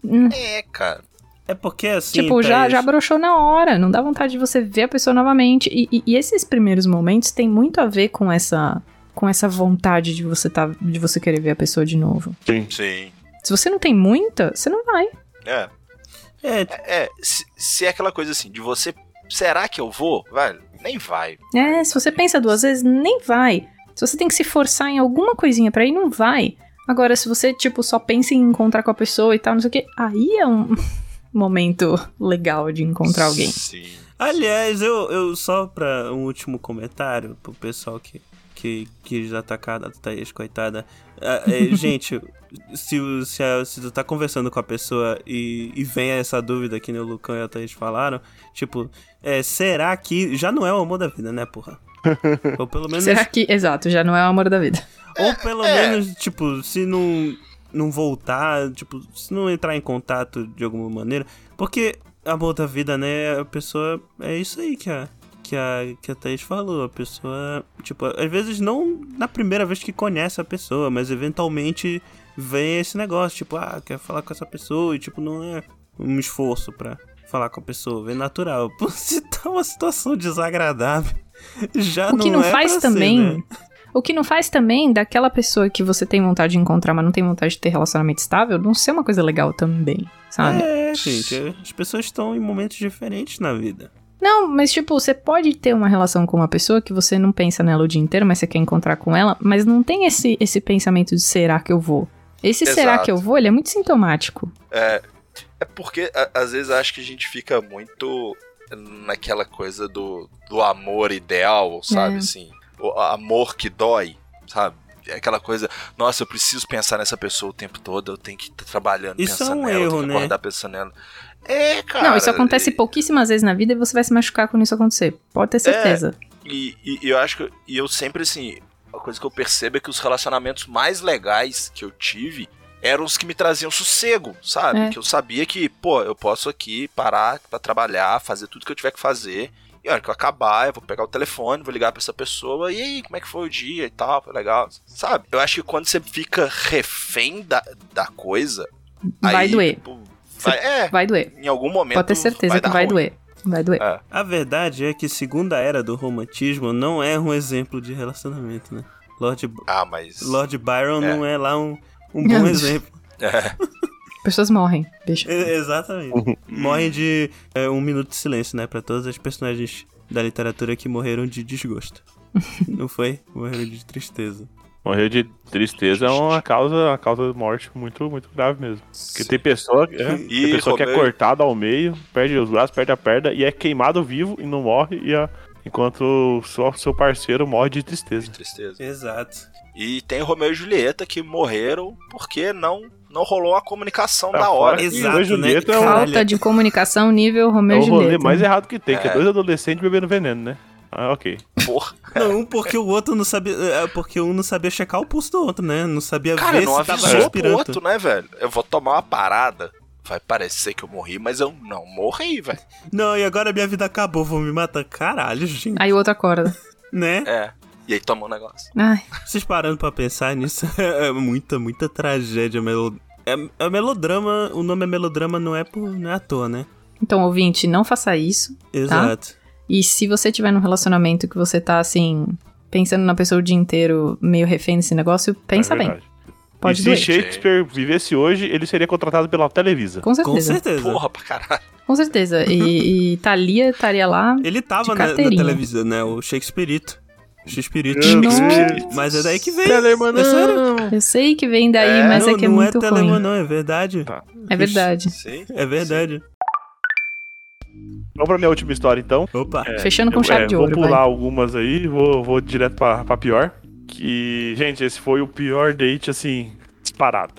Hum,
É, cara.
É porque assim.
tipo, já,
Thaís,
já broxou na hora, não dá vontade de você ver a pessoa novamente. E, e- e esses primeiros momentos têm muito a ver com essa com essa vontade de você tá, de você querer ver a pessoa de novo.
Sim.
Sim.
Se você não tem muita, você não vai.
É.
É,
É, se, se é aquela coisa assim, de você. Será que eu vou? Velho, nem vai.
É, se você pensa duas vezes, nem vai. Se você tem que se forçar em alguma coisinha pra ir, não vai. Agora, se você, tipo, só pensa em encontrar com a pessoa e tal, não sei o quê, aí é um momento legal de encontrar alguém.
Sim.
Aliás, eu, eu só pra um último comentário pro pessoal que, que quis atacar a Thaís, coitada. Ah, é, gente, se, o- se, a- se tu tá conversando com a pessoa e, e vem essa dúvida que nem o Lucão e a Thaís falaram, tipo, é, será que. Já não é o amor da vida, né, porra? Ou pelo menos.
Será que. Exato, já não é o amor da vida.
Ou pelo
É.
menos, tipo, se não, não voltar, tipo, se não entrar em contato de alguma maneira. Porque amor da vida, né, a pessoa. É isso aí que a, que a, que a Thaís falou. A pessoa, tipo, às vezes não na primeira vez que conhece a pessoa, mas eventualmente vem esse negócio, tipo, ah, quer falar com essa pessoa e, tipo, não é um esforço pra falar com a pessoa, vem natural. Pô, Se tá uma situação desagradável, já
O que não,
é
faz
pra ser,
também.
né?
O que não faz também daquela pessoa que você tem vontade de encontrar, mas não tem vontade de ter relacionamento estável, não ser uma coisa legal também, sabe?
É, gente, as pessoas estão em momentos diferentes na vida.
Não, mas tipo, você pode ter uma relação com uma pessoa que você não pensa nela o dia inteiro, mas você quer encontrar com ela, mas não tem esse, esse pensamento de será que eu vou? Esse será
Exato.
que eu vou, ele é muito sintomático.
É, é porque a- às vezes acho que a gente fica muito naquela coisa do, do amor ideal, sabe?
É.
Assim, o a- amor que dói, sabe? É Aquela coisa, nossa, eu preciso pensar nessa pessoa o tempo todo, eu tenho que estar trabalhando,
Isso é
pensando
um
nela, eu
erro,
tenho que
né?
acordar pensando nela. É, cara.
não, isso acontece
e- É,
pouquíssimas vezes na vida e você vai se machucar quando isso acontecer. Pode ter certeza.
E, e- e eu acho que. E eu sempre, assim. A coisa que eu percebo é que os relacionamentos mais legais que eu tive eram os que me traziam sossego, sabe?
É.
Que eu sabia que, pô, eu posso aqui parar pra trabalhar, fazer tudo que eu tiver que fazer. E a hora que eu acabar, eu vou pegar o telefone, vou ligar pra essa pessoa. E aí, como é que foi o dia e tal? Foi legal, sabe? Eu acho que quando você fica refém da, da coisa.
Vai
aí,
doer.
tipo, vai- é,
Vai doer.
em algum momento.
Pode ter certeza
dar
que vai
ruim.
doer. Vai doer.
É.
A verdade é que segunda era do romantismo não é um exemplo de relacionamento, né? Lord,
Ah, mas.
Lord Byron
É.
não é lá um, um bom exemplo.
Pessoas morrem, bicho.
E-
Uhum.
Exatamente. Morre de é, um minuto de silêncio, né? Pra todas as personagens da literatura que morreram de desgosto. não foi? Morreram de tristeza.
Morrer de tristeza é uma causa, uma causa de morte muito, muito grave mesmo. Porque tem pessoa, é, tem
Ih,
pessoa que é
Romeu.
cortada ao meio, perde os braços, perde a perna e é queimado vivo e não morre, e a- enquanto só seu parceiro morre de tristeza.
Tristeza.
Exato.
E tem Romeu e Julieta que morreram porque não, não rolou a comunicação
Tá
da
fora.
hora.
Ih,
Exato,
hoje o
né?
Neto é um-
Caralho.
Falta de comunicação nível
É
Romeu
o
e
rolê
Julieta.
mais errado que tem, que é
É.
dois adolescentes bebendo veneno, né? Ah, ok.
Porra.
Não, um porque o outro não sabia. é, Porque um não sabia checar o pulso do outro, né? Não sabia
Cara,
ver
não
se tava
avisou pro
respirando.
outro, né, velho? Eu vou tomar uma parada. Vai parecer que eu morri, mas eu não morri, velho.
Não, e agora minha vida acabou, vou me matar. Caralho, gente.
Aí o outro acorda.
Né?
É. E aí tomou um negócio.
Ai,
Vocês parando pra pensar nisso, é muita, muita tragédia. Melo... É, é melodrama, o nome é melodrama não é, por, não é à toa, né?
então, ouvinte, não faça isso.
Exato.
E se você tiver num relacionamento que você tá assim, pensando na pessoa o dia inteiro, meio refém desse negócio, pensa
É
bem.
verdade.
Pode
e
doer.
se Shakespeare vivesse hoje, ele seria contratado pela Televisa.
Com
Com
certeza.
certeza.
Porra pra caralho.
Com certeza. E, e Thalia estaria lá.
Ele tava na, na
carteirinha.
televisão, né? O Shakespeareito. Shakespeareito.
Shakespeare.
Mas é daí que vem.
Telemanã.
É sério.
Eu sei que vem daí,
É,
mas
não,
é que é
não
muito
é
ruim.
Telemann, não, é verdade.
Tá.
É verdade.
Sim.
É verdade.
Vamos pra minha última história, então.
Opa.
Fechando com
Eu,
chave
é,
de ouro.
Vou pular
vai.
algumas aí, vou, vou direto pra, pra pior. Que, gente, esse foi o pior date, assim, disparado.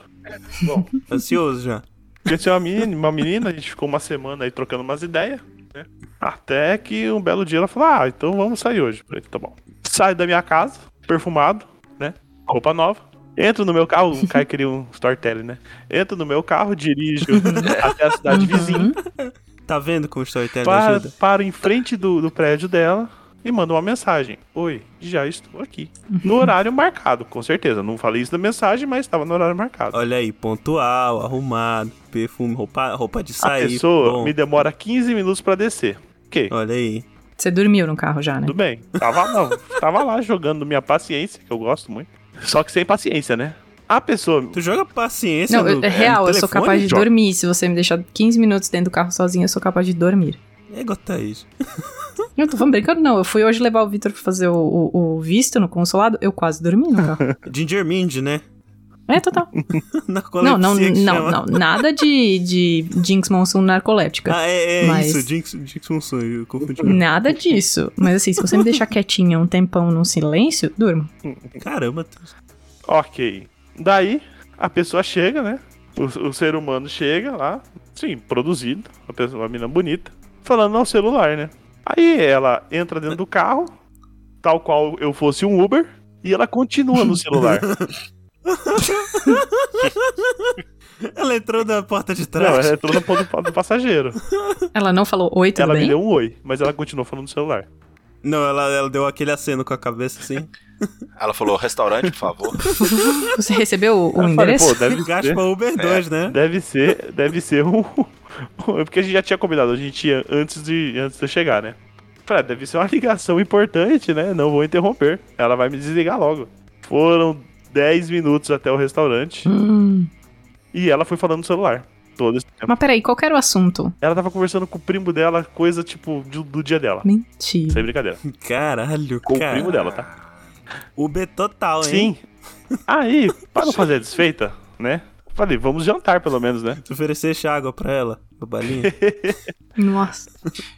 Bom,
Ansioso já.
conheci uma menina, uma menina, a gente ficou uma semana aí trocando umas ideias, né? Até que um belo dia ela falou, ah, então vamos sair hoje. Falei, tá bom. Saio da minha casa, perfumado, né? Roupa nova. Entro no meu carro, o Caio queria um storytelling, né? Entro no meu carro, dirijo
Uhum.
até a cidade vizinha.
Tá vendo como o storytelling
Para,
ajuda?
paro em frente do, do prédio dela e mando uma mensagem. Oi, já estou aqui. No horário marcado, com certeza. Não falei isso na mensagem, mas estava no horário marcado.
Olha aí, pontual, arrumado, perfume, roupa, roupa de
A
sair.
pessoa
bom.
me demora 15 minutos para descer. Ok,
Olha aí.
Você dormiu no carro já, né?
tudo bem. Tava lá, tava lá jogando minha paciência, que eu gosto muito. Só que sem paciência, né? A pessoa.
Tu joga paciência
Não, eu-
no
é real,
no
eu
um
sou
telefone?
capaz de
Joga.
dormir. Se você me deixar 15 minutos dentro do carro sozinho, eu sou capaz de dormir.
É, Gotaís.
Eu tô falando brincando, não. Eu fui hoje levar o Vitor pra fazer o, o- o visto no consulado, eu quase dormi no carro.
Ginger Mind, né?
É, total.
Narcolepsia
Não, não,
que
não,
chama.
não. Nada de, de Jinx Monsoon narcoléptica.
Ah, é, é
Mas- Né.
isso, Jinx, Jinx Monsoon, eu confundi.
Nada disso. Mas assim, se você me deixar quietinha um tempão no silêncio, durmo.
Caramba, Deus.
Ok. Daí, a pessoa chega, né? O, o ser humano chega lá, sim, produzido, uma, pessoa, uma menina bonita, falando no celular, né? Aí ela entra dentro do carro, tal qual eu fosse um Uber, e ela continua no celular.
ela entrou da porta de
Não, é-
trás.
ela entrou no ponto do- do passageiro.
Ela não falou oi, tudo
ela
bem?
me deu um oi, mas ela continuou falando no celular.
Não, ela, ela deu aquele aceno com a cabeça assim.
Ela falou, restaurante, por favor.
Você recebeu o, o
Eu falei,
endereço?
um Pô, deve ser,
Gaspa Uber
É.
2, né?
deve ser, deve ser um. Porque a gente já tinha combinado, a gente ia antes de, antes de eu chegar, né? Falei, ah, deve ser uma ligação importante, né? Não vou interromper. Ela vai me desligar logo. Foram 10 minutos até o restaurante
Hum.
e ela foi falando no celular. Todo esse tempo.
Mas peraí, qual que era o assunto?
Ela tava conversando com o primo dela, coisa tipo do, do dia dela.
Mentira.
Sem brincadeira.
Caralho,
Com o
cara.
primo dela, tá?
Uber total, hein?
Sim. Aí, para não fazer a desfeita, né? Falei, vamos jantar pelo menos, né?
Se oferecesse água pra ela, uma balinha.
Nossa.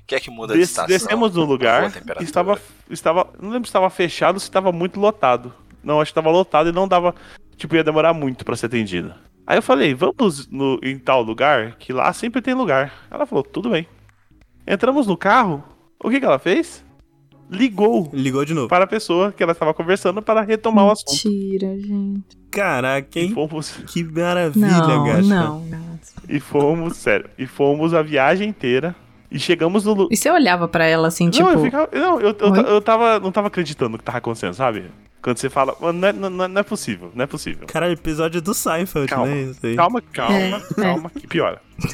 Quer que muda de
Des-
estação?
descemos no lugar
Boa temperatura.
e estava, estava. Não lembro se estava fechado ou se estava muito lotado. Não, acho que estava lotado e não dava. Tipo, ia demorar muito pra ser atendida. Aí eu falei, vamos no, em tal lugar, que lá sempre tem lugar. Ela falou, tudo bem. Entramos no carro, o que, que ela fez? Ligou
Ligou de novo.
para a pessoa que ela estava conversando para retomar o assunto.
Mentira, gente.
Caraca,
E
hein?
fomos,
Que maravilha,
Não,
Gaspa.
não, Gaspa.
e fomos, sério, e fomos a viagem inteira. E chegamos no, lu-
E você olhava pra ela assim, tipo.
Não, eu ficava. Não, eu, eu,
Oi?
ta- eu tava, não tava acreditando no que tava acontecendo, sabe? Quando você fala, "Mano, não é, não é- não é possível, não é possível.
Caralho, episódio do Seinfeld,
Calma,
né? Isso aí.
Calma, calma,
É,
calma, que piora. né?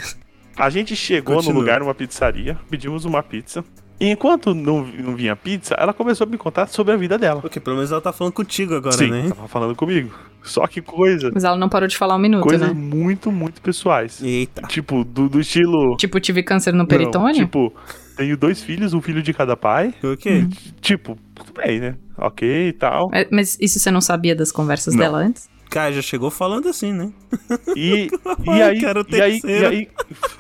A gente chegou
Continua.
no lugar, numa pizzaria, pedimos uma pizza. E enquanto não, não vinha pizza, ela começou a me contar sobre a vida dela.
Ok, pelo menos ela tá falando contigo agora,
Sim,
né?
tava falando comigo. Só que coisa,
Mas ela não parou de falar um minuto,
coisas
né?
muito, muito pessoais.
Eita.
Tipo, do, do estilo.
Tipo, tive câncer no
não,
peritônio?
tipo, tenho dois filhos, um filho de cada pai.
Ok.
Hum.
Tipo, tudo bem, né? Ok e tal.
É, Mas isso você não sabia das conversas
Não.
dela antes?
Cara, já chegou falando assim, né?
E,
Ai,
e, aí,
cara, o
e aí, e
terceiro.
aí,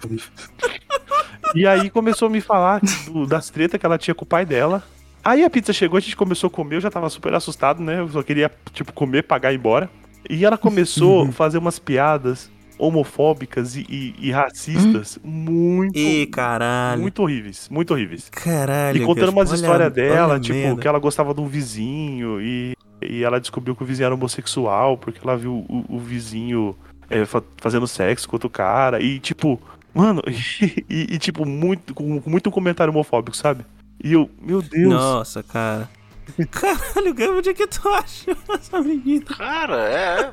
e aí começou a me falar do- das tretas que ela tinha com o pai dela. Aí a pizza chegou, a gente começou a comer, eu já tava super assustado, né? Eu só queria, tipo, comer, pagar e ir embora. E ela começou
Uhum.
a fazer umas piadas homofóbicas e, e- e racistas muito,
Hum? Ih, caralho.
muito horríveis, muito horríveis.
Caralho.
E contando
Gaspa,
umas
olha-
histórias dela,
olha
tipo,
merda.
que ela gostava de um vizinho e, e ela descobriu que o vizinho era homossexual porque ela viu o, o vizinho é, fa- fazendo sexo com outro cara e, tipo, mano, e, e, tipo, muito, com com muito comentário homofóbico, sabe? E eu, meu Deus,
Nossa, cara. Caralho, Gama, onde é que tu acha essa menina?
Cara, é.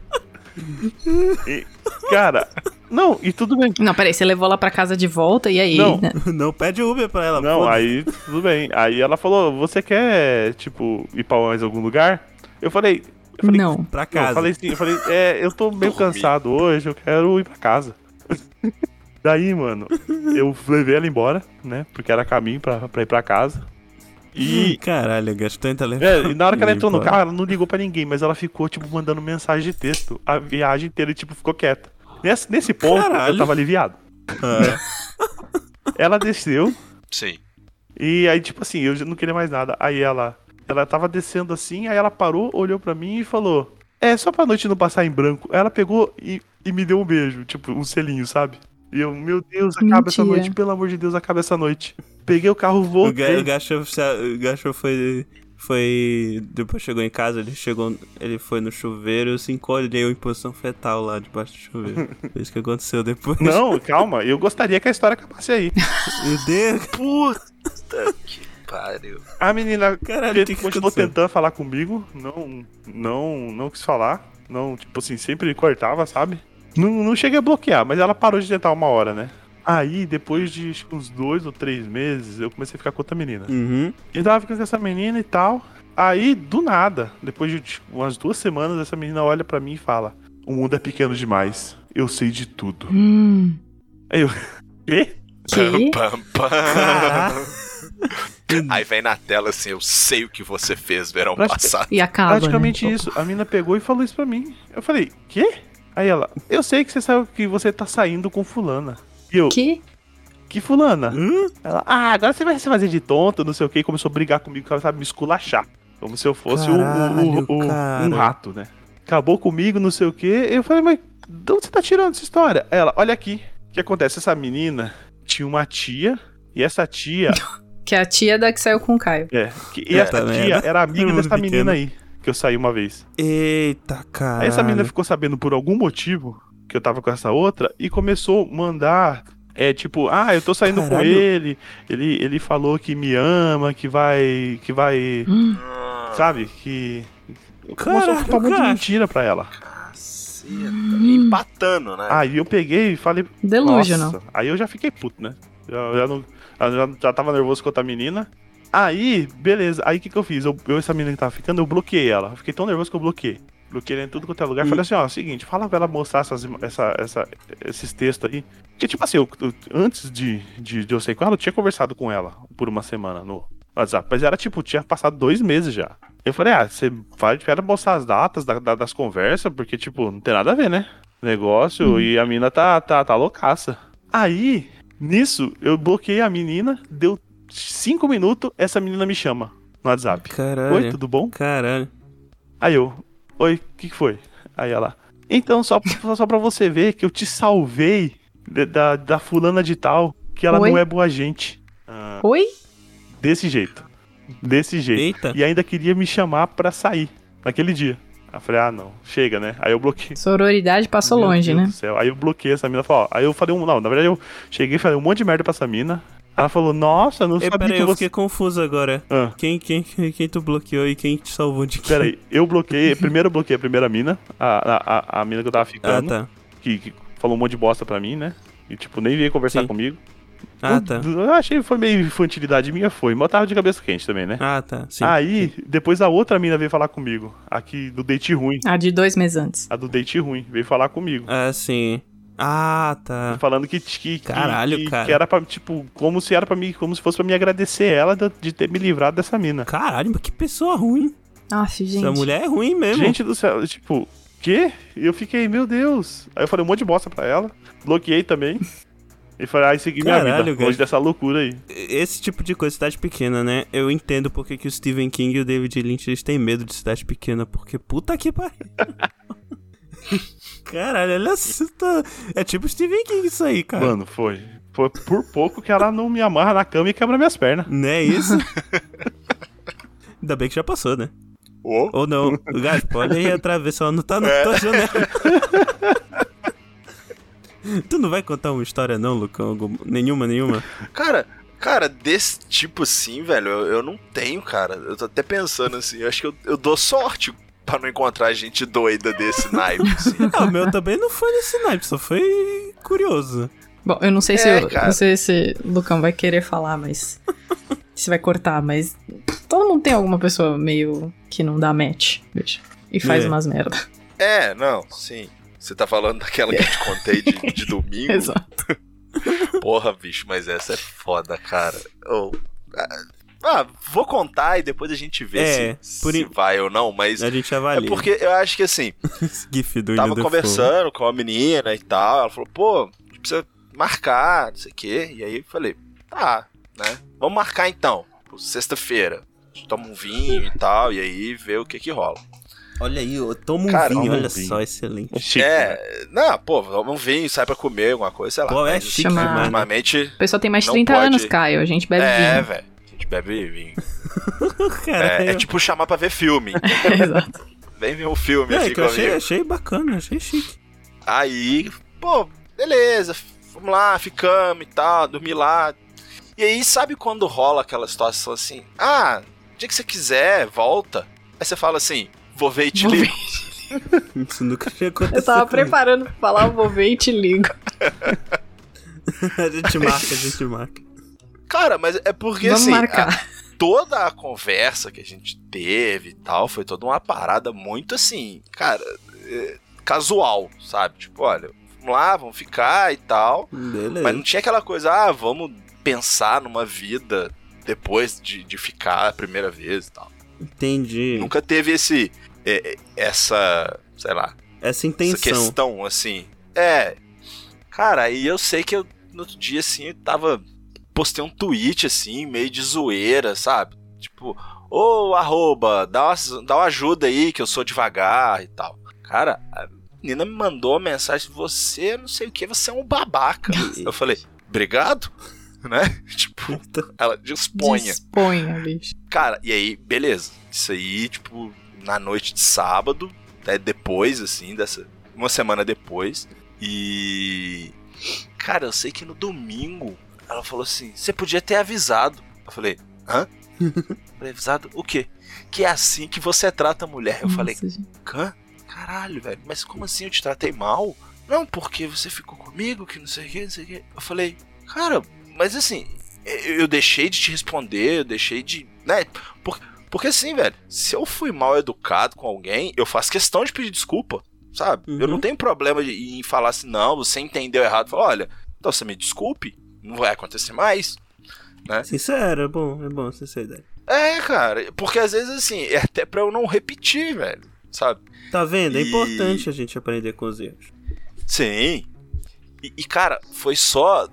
cara, não, e tudo bem.
Não, peraí, você levou ela pra casa de volta e aí?
Não.
né?
Não pede Uber pra ela.
Não,
Ah, foda-se.
aí tudo bem. Aí ela falou, você quer, tipo, ir pra mais algum lugar? Eu falei, eu falei
Não.
Pra
Não,
casa.
eu falei assim, eu falei, é, eu tô meio
Dormir.
cansado hoje, eu quero ir pra casa. Daí, mano, eu levei ela embora, né? Porque era caminho pra, pra ir pra casa. E,
Caralho, Gaspa, tu ainda lembra?
é, e na hora que ela
Ih,
entrou no
pô.
carro, ela não ligou pra ninguém, mas ela ficou, tipo, mandando mensagem de texto a viagem inteira e, tipo, ficou quieta. Nesse, nesse ponto,
Caralho.
eu tava aliviado.
Ah,
Ela desceu,
Sim.
E aí, tipo assim, eu já não queria mais nada. Aí ela, ela tava descendo assim, aí ela parou, olhou pra mim e falou: É, só pra noite não passar em branco. Ela pegou e, e me deu um beijo, tipo, um selinho, sabe? E eu, meu Deus, acaba essa
Mentira.
noite, pelo amor de Deus, acaba essa noite. Peguei o carro,
o Ga- o
voltei.
Gaspa, o Gaspa foi. Foi. Depois chegou em casa, ele chegou. Ele foi no chuveiro, eu se encolheu em posição fetal lá debaixo do chuveiro. Foi isso que aconteceu depois.
Não, calma, eu gostaria que a história acabasse aí.
Meu Deus,
Puta que pariu.
A menina
Caralho, o que que
continuou
aconteceu?
tentando falar comigo, não, não, não quis falar, não, tipo assim, sempre cortava, sabe? Não, não cheguei a bloquear, mas ela parou de tentar uma hora, né? Aí, depois de acho que uns dois ou três meses, eu comecei a ficar com outra menina.
Uhum.
Eu tava ficando com essa menina e tal. Aí, do nada, depois de tipo, umas duas semanas, essa menina olha pra mim e fala: O mundo é pequeno demais, eu sei de tudo.
Hum.
Aí eu. Quê?
Que?
Pam, pam, pam.
Caraca.
Aí vem na tela assim, eu sei o que você fez verão
Prati-
passado.
E acaba. né?
Praticamente isso. A mina pegou e falou isso pra mim. Eu falei, quê? Aí ela, eu sei que você sabe que você tá saindo com fulana. E eu, que,
Que?
fulana?
Hum?
Ela, ah, agora você vai se fazer de tonto, não sei o que, e começou a brigar comigo, ela sabe, me esculachar. Como se eu fosse o- o-
Caralho,
o- o- um
cara.
rato, né? Acabou comigo, não sei o que. Eu falei, mas de onde você tá tirando essa história? Ela, olha aqui. O que acontece? Essa menina tinha uma tia, e essa tia
Que é a tia da que saiu com o Caio.
É, que- e
É,
essa
tá
tia
vendo?
era amiga
Todo mundo
dessa
pequeno.
menina aí, que eu saí uma vez.
Eita, cara.
Aí essa menina ficou sabendo por algum motivo que eu tava com essa outra e começou a mandar. É tipo, ah, eu tô saindo com
Caralho.
ele, ele, ele falou que me ama, que vai. que vai.
Hum,
sabe? Que.
Caralho,
Começou a falar um monte de
cara.
mentira pra ela.
Caceta. Empatando,
Ah.
né?
Aí eu peguei e falei,
delúgio, não.
Nossa, Aí eu já fiquei puto, né? Já, já não, já, já- já tava nervoso com a outra menina. Aí, beleza. Aí o que, que eu fiz? Eu, eu, essa menina que tava ficando, eu bloqueei ela. Eu fiquei tão nervoso que eu bloqueei. Bloqueei ela em tudo quanto é lugar. Falei assim, ó, é o seguinte, fala pra ela mostrar essas, ima- essa, essa, esses textos aí. Porque, tipo assim, eu- eu- antes de, de, de eu sair com ela, eu tinha conversado com ela por uma semana no WhatsApp. Mas era, tipo, tinha passado dois meses já. Eu falei, ah, você vai, espera mostrar as datas da- da- das conversas, porque, tipo, não tem nada a ver, né? negócio e a mina tá, tá, tá loucaça. Aí, nisso, eu bloqueei a menina, deu cinco minutos, essa menina me chama no WhatsApp.
Caralho.
Oi, tudo bom?
Caralho.
Aí eu, oi, o que, que foi? Aí ela, então, só, só, só pra você ver que eu te salvei de- da, da fulana de tal, que ela
Oi?
não é boa gente.
Oi?
Desse jeito. Desse jeito.
Eita.
E ainda queria me chamar pra sair, naquele dia. Aí eu falei, ah, não, chega, né? Aí eu bloqueei.
Sororidade passou
Meu
longe,
Deus
né?
do céu. Aí eu bloqueei essa mina. Falei, ó, aí eu falei um. Não, na verdade eu cheguei e falei um monte de merda pra essa mina. Ela falou, nossa, eu não
Ei,
sabia
peraí,
que
eu
você.
fiquei confuso agora.
Ah.
Quem, quem, quem quem tu bloqueou e quem te salvou de quem?
Peraí, eu bloqueei. Primeiro eu bloqueei a primeira mina, a, a, a, a mina que eu tava
Ah,
ficando,
tá.
que, que falou um monte de bosta pra mim, né? E tipo, nem veio conversar
Sim.
comigo.
Ah,
eu,
tá.
eu achei que foi meio infantilidade minha, foi. Mas eu tava de cabeça quente também, né?
Ah, tá. Sim.
aí, depois a outra mina veio falar comigo. Aqui do date ruim.
A de dois meses antes.
A do date ruim, veio falar comigo.
Ah, sim. Ah, tá.
Falando que, que, que-
Caralho,
que,
cara.
que era pra, tipo, como se era pra mim, como se fosse pra me agradecer ela de, de ter me livrado dessa mina.
Caralho, mas que pessoa ruim.
Aff, gente.
Essa mulher é ruim mesmo.
Gente do céu, tipo, quê? E eu fiquei, meu Deus. Aí eu falei um monte de bosta pra ela, bloqueei também. E falei, ai, segui minha
Caralho,
vida,
cara.
longe dessa loucura aí.
Esse tipo de coisa, cidade pequena, né? Eu entendo porque que o Stephen King e o David Lynch eles têm medo de cidade pequena, porque puta que pariu. Caralho, olha só. tá- É tipo Stephen King isso aí, cara.
Mano, foi. Foi por pouco que ela não me amarra na cama e quebra minhas pernas.
Não é isso? Ainda bem que já passou, né?
Ô,
Ou não. O gás pode ir atravessar, ela não tá
É.
na tua janela. tu não vai contar uma história, não, Lucão? Alguma- Nenhuma, nenhuma?
Cara, cara, desse tipo assim, velho, eu, eu não tenho, cara. Eu tô até pensando assim, eu acho que eu, eu dou sorte pra não encontrar gente doida desse naipe, assim.
Ah, o meu também não foi nesse naipe, só foi curioso.
Bom, eu não sei se
É,
eu,
cara.
não sei se o Lucão vai querer falar, mas. se vai cortar, mas. Todo mundo tem alguma pessoa meio que não dá match. Veja. E faz
É.
umas merda.
É, não, sim. Você tá falando daquela que eu te contei de, de domingo?
Exato.
Porra, bicho, mas essa é foda, cara. Ô, ah, Ah, vou contar e depois a gente vê
É,
se,
por
se
en-
vai ou não, mas.
A gente
É
avalia.
porque eu acho que assim,
Esse GIF do
tava
Ilha do
conversando com a menina e tal. Ela falou, pô, a gente precisa marcar, não sei o quê. E aí eu falei, tá, né? Vamos marcar então, tipo, sexta-feira. A gente Toma um vinho e tal, e aí vê o que que rola.
Fogo. Olha aí, eu tomo um
Cara,
vinho,
toma um
olha
vinho.
só, excelente.
Chique, né?
é, não, pô, toma um vinho, sai pra comer alguma coisa, sei lá.
Pô, é
Mas,
chique
Chama-
demais, né?
Normalmente,
O pessoal tem mais de
Não
30
pode.
anos, Caio. A gente bebe
é,
vinho.
velho. A gente bebe vinho.
Caralho.
É, é tipo chamar pra ver filme.
Exato.
Vem ver um filme
Não, é
aqui
que eu
comigo.
achei, achei bacana, achei chique.
Aí, pô, beleza, f- vamos lá, ficamos e tal, dormi lá. E aí, sabe quando rola aquela situação assim? Ah, o dia que você quiser, volta. Aí você fala assim, vou ver e te
Vou
ligo.
Isso nunca tinha acontecido.
Eu tava
comigo.
preparando pra falar, vou ver e te ligo.
A gente marca, a gente marca.
Cara, mas é porque
Vamos
assim,
marcar.
a- toda a conversa que a gente teve e tal, foi toda uma parada muito assim, cara, é, casual, sabe? Tipo, olha, vamos lá, vamos ficar e tal.
Beleza.
Mas não tinha aquela coisa, ah, vamos pensar numa vida depois de, de ficar a primeira vez e tal.
Entendi.
Nunca teve esse. é, é, essa. sei lá.
Essa
essa
intenção.
questão, assim. É. Cara, aí eu sei que eu no outro dia, assim, eu tava. Postei um tweet, assim, meio de zoeira, sabe? Tipo, ô arroba, dá uma, dá uma ajuda aí que eu sou devagar e tal. Cara, a menina me mandou uma mensagem: você não sei o que, você é um babaca. eu falei, obrigado? Né? Tipo,
Então,
ela disponha.
Disponha, bicho.
Cara, e aí, beleza. Isso aí, tipo, na noite de sábado, né, depois, assim, dessa. Uma semana depois. E. Cara, eu sei que no domingo ela falou assim: você podia ter avisado. Eu falei, hã? falei, avisado o quê? Que é assim que você trata a mulher. Eu falei,
Nossa, gente.
Khan? Caralho, velho, mas como assim eu te tratei mal? Não, porque você ficou comigo, que não sei o que, não sei o que. Eu falei, cara, mas assim, eu eu deixei de te responder, eu deixei de. né? Por, porque assim, velho, se eu fui mal educado com alguém, eu faço questão de pedir desculpa, sabe? Eu
Uhum.
não tenho problema de, em falar assim, não, você entendeu errado. Falar, olha, então você me desculpe, não vai acontecer mais.
Sincero, é bom, é bom, sinceridade.
É, cara, porque às vezes assim, é até pra eu não repetir, velho, sabe?
Tá vendo? É
E-
importante a gente aprender com os erros.
Sim. E, e, cara, foi só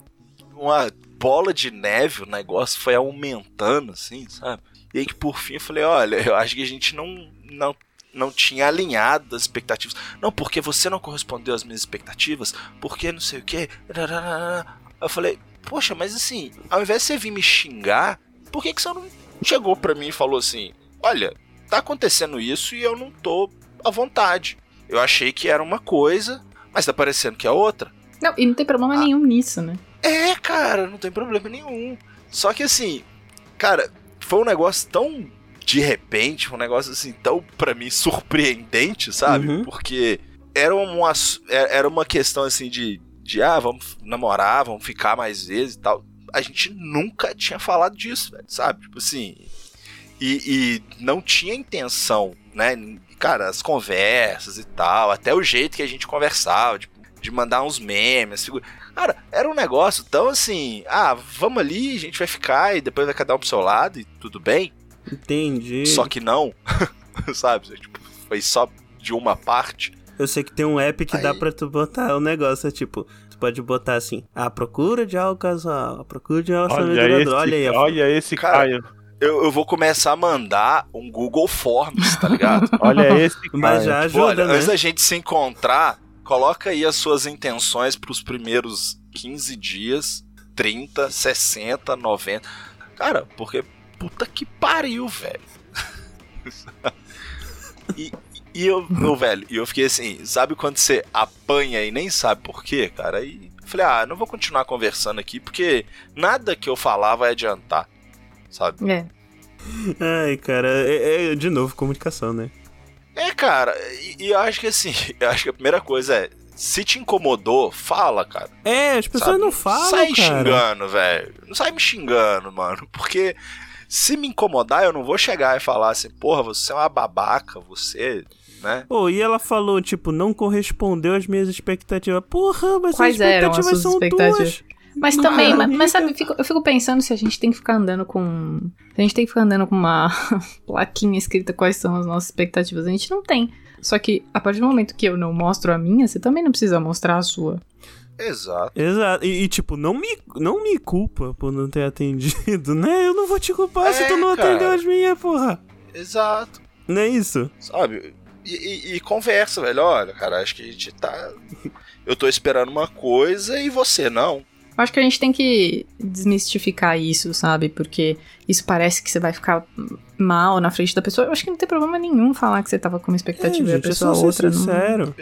uma bola de neve, o negócio foi aumentando, assim, sabe? E aí que por fim eu falei, olha, eu acho que a gente não, não, não tinha alinhado as expectativas. Não, porque você não correspondeu às minhas expectativas, porque não sei o quê. rararara. Eu falei, poxa, mas assim, ao invés de você vir me xingar, por que, que você não chegou pra mim e falou assim, olha, tá acontecendo isso e eu não tô à vontade. Eu achei que era uma coisa, mas tá parecendo que é outra.
Não, e não tem problema
Ah.
nenhum nisso, né?
É, cara, não tem problema nenhum. Só que assim, cara, foi um negócio tão de repente, um negócio assim tão pra mim surpreendente, sabe?
Uhum.
Porque era uma era uma questão assim de de ah, vamos namorar, vamos ficar mais vezes e tal. A gente nunca tinha falado disso, velho, sabe? Tipo assim, e, e não tinha intenção, né? Cara, as conversas e tal, até o jeito que a gente conversava, tipo, de mandar uns memes, figura. Cara, era um negócio tão assim, ah, vamos ali, a gente vai ficar e depois vai cada um pro seu lado e tudo bem.
Entendi.
Só que não, sabe? Tipo, foi só de uma parte.
Eu sei que tem um app que dá
Aí.
pra tu botar o negócio, é tipo, tu pode botar assim, a procura de algo casual, a procura de algo
Olha
duradouro.
esse,
Olha aí, ó.
olha esse
Cara,
Caio.
Eu, eu vou começar a mandar um Google Forms, tá ligado?
Olha esse
mas
Caio.
já
Tipo, olha,
ajuda,
antes
né?
da gente se encontrar, coloca aí as suas intenções pros primeiros 15 dias, 30, 60, 90. Cara, porque puta que pariu, velho. E, e eu, meu velho, e eu fiquei assim, sabe quando você apanha e nem sabe por quê, cara? Aí eu falei, ah, não vou continuar conversando aqui porque nada que eu falar vai adiantar, sabe?
É.
Ai, cara, é, é, de novo, comunicação, né?
É, cara, e, e eu acho que assim, eu acho que a primeira coisa é, se te incomodou, fala, cara.
É, as pessoas
sabe?
não falam,
Sai
cara.
xingando, velho. Não sai me xingando, mano, porque se me incomodar, eu não vou chegar e falar assim, porra, você é uma babaca, você, né?
Pô, e ela falou, tipo, não correspondeu às minhas expectativas. Porra, mas
Quais
as
eram as
expectativas
suas
são
expectativas?
duas.
Mas
Não,
também,
cara,
mas, mas
liga.
sabe, eu fico, eu fico pensando se a gente tem que ficar andando com. Se a gente tem que ficar andando com uma plaquinha escrita quais são as nossas expectativas. A gente não tem. Só que a partir do momento que eu não mostro a minha, você também não precisa mostrar a sua.
Exato.
Exato. E, e, tipo, não me, não me culpa por não ter atendido, né? Eu não vou te culpar se
É,
tu não
cara.
atendeu as minhas, porra.
Exato.
Não é isso?
Sabe? E, e- e conversa, velho. Olha, cara, acho que a gente tá. Eu tô esperando uma coisa e você não.
Eu acho que a gente tem que desmistificar isso, sabe? Porque isso parece que você vai ficar mal na frente da pessoa. Eu acho que não tem problema nenhum falar que você tava com uma expectativa e
é,
a pessoa
gente, é só
outra.
ser
Não,
sincero.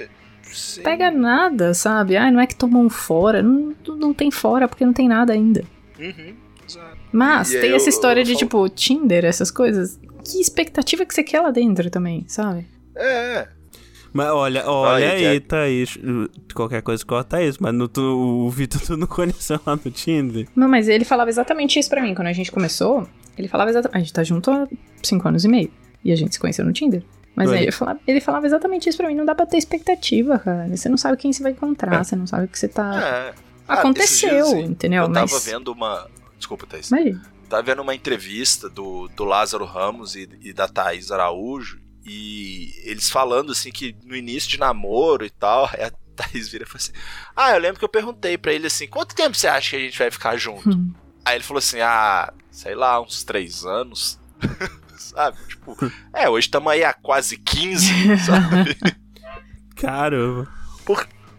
Sim.
pega nada, sabe? Ai, não é que tomou um fora. Não, não tem fora porque não tem nada ainda.
Uhum, exato.
Mas
E aí
tem
eu-
essa história
eu
de, tipo,
falo-
Tinder, essas coisas. Que expectativa que você quer lá dentro também, sabe?
É.
Mas olha, olha
Aí,
aí, Thaís. Qualquer coisa corta isso, mas no, tu, o Vitor tu não conheceu lá no Tinder.
Não, mas ele falava exatamente isso pra mim. Quando a gente começou, ele falava exatamente. A gente tá junto há cinco anos e meio. E a gente se conheceu no Tinder. Mas
Olha.
aí ele falava, ele falava exatamente isso pra mim. Não dá pra ter expectativa, cara. Você não sabe quem você vai encontrar, você não sabe o que você tá.
é. Ah, esses dias,
Aconteceu,
assim,
entendeu?
Eu tava
mas.
vendo uma. Desculpa, Thaís.
Imagina.
tava vendo uma entrevista do, do Lázaro Ramos e, e da Thaís Araújo, e eles falando assim que no início de namoro e tal, aí a Thaís vira e fala assim: Ah, eu lembro que eu perguntei pra ele assim: quanto tempo você acha que a gente vai ficar junto?
Hum.
Aí ele falou assim: Ah, sei lá, uns três anos. sabe? Tipo, é, hoje estamos aí há quase 15, sabe?
Caramba.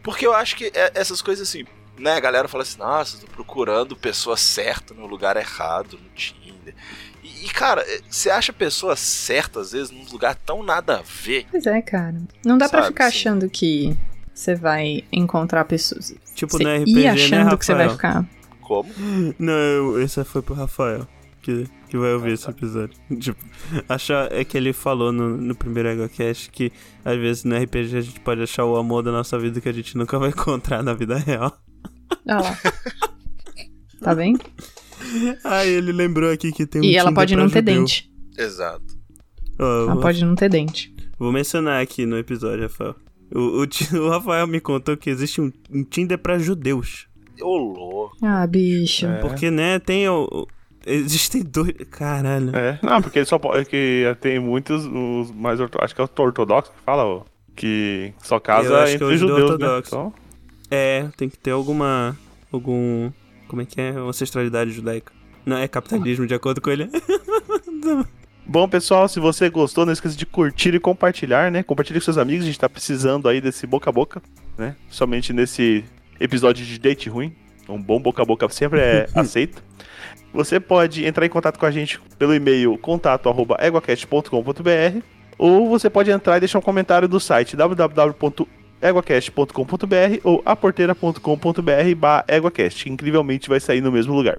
Porque eu acho que é- essas coisas assim, né? A galera fala assim, nossa, tô procurando pessoa certa no lugar errado, no Tinder. E, e, cara, é, você acha pessoa certa, às vezes, num lugar tão nada a ver.
Pois é, cara. Não dá pra
Sabe,
ficar
sim.
achando que você vai encontrar pessoas.
Tipo
Você
no RPG,
ir
né,
achando
Rafael?
que você vai ficar.
Como?
Não, eu- essa foi pro Rafael, que, que vai ouvir esse episódio. Tipo, achar, é que ele falou no, no primeiro EgoCast que às vezes no RPG a gente pode achar o amor da nossa vida que a gente nunca vai encontrar na vida real.
Ah lá. tá bem?
Aí ele lembrou aqui que tem um
E ela
Tinder
pode
pra
não ter
judeu.
dente.
Exato.
Ó, eu
Ela
vou,
pode não ter dente.
vou mencionar aqui no episódio, Rafael. O, o Ti- o Rafael me contou que existe um, um Tinder pra judeus.
Ô, louco.
Ah, bicho.
É.
Porque, né, tem o. o- Existem dois. Caralho.
É, não, porque ele só pode. Que tem muitos os mais ortodoxos. Acho que é o ortodoxo que fala, ó, que só
Eu
casa
acho que é
entre
os
judeus, né?
ortodoxos.
Então,
É, tem que ter alguma. algum. Como é que é? Uma ancestralidade judaica. Não, é capitalismo, de acordo com ele.
Bom, pessoal, se você gostou, não esqueça de curtir e compartilhar, né? Compartilhe com seus amigos, a gente tá precisando aí desse boca a boca, né? Somente nesse episódio de date ruim. Um bom boca a boca sempre é aceito. Você pode entrar em contato com a gente pelo e-mail contato@eguacast.com.br ou você pode entrar e deixar um comentário do site www.eguacast.com.br ou aporteira.com.br/eguacast. Incrivelmente vai sair no mesmo lugar.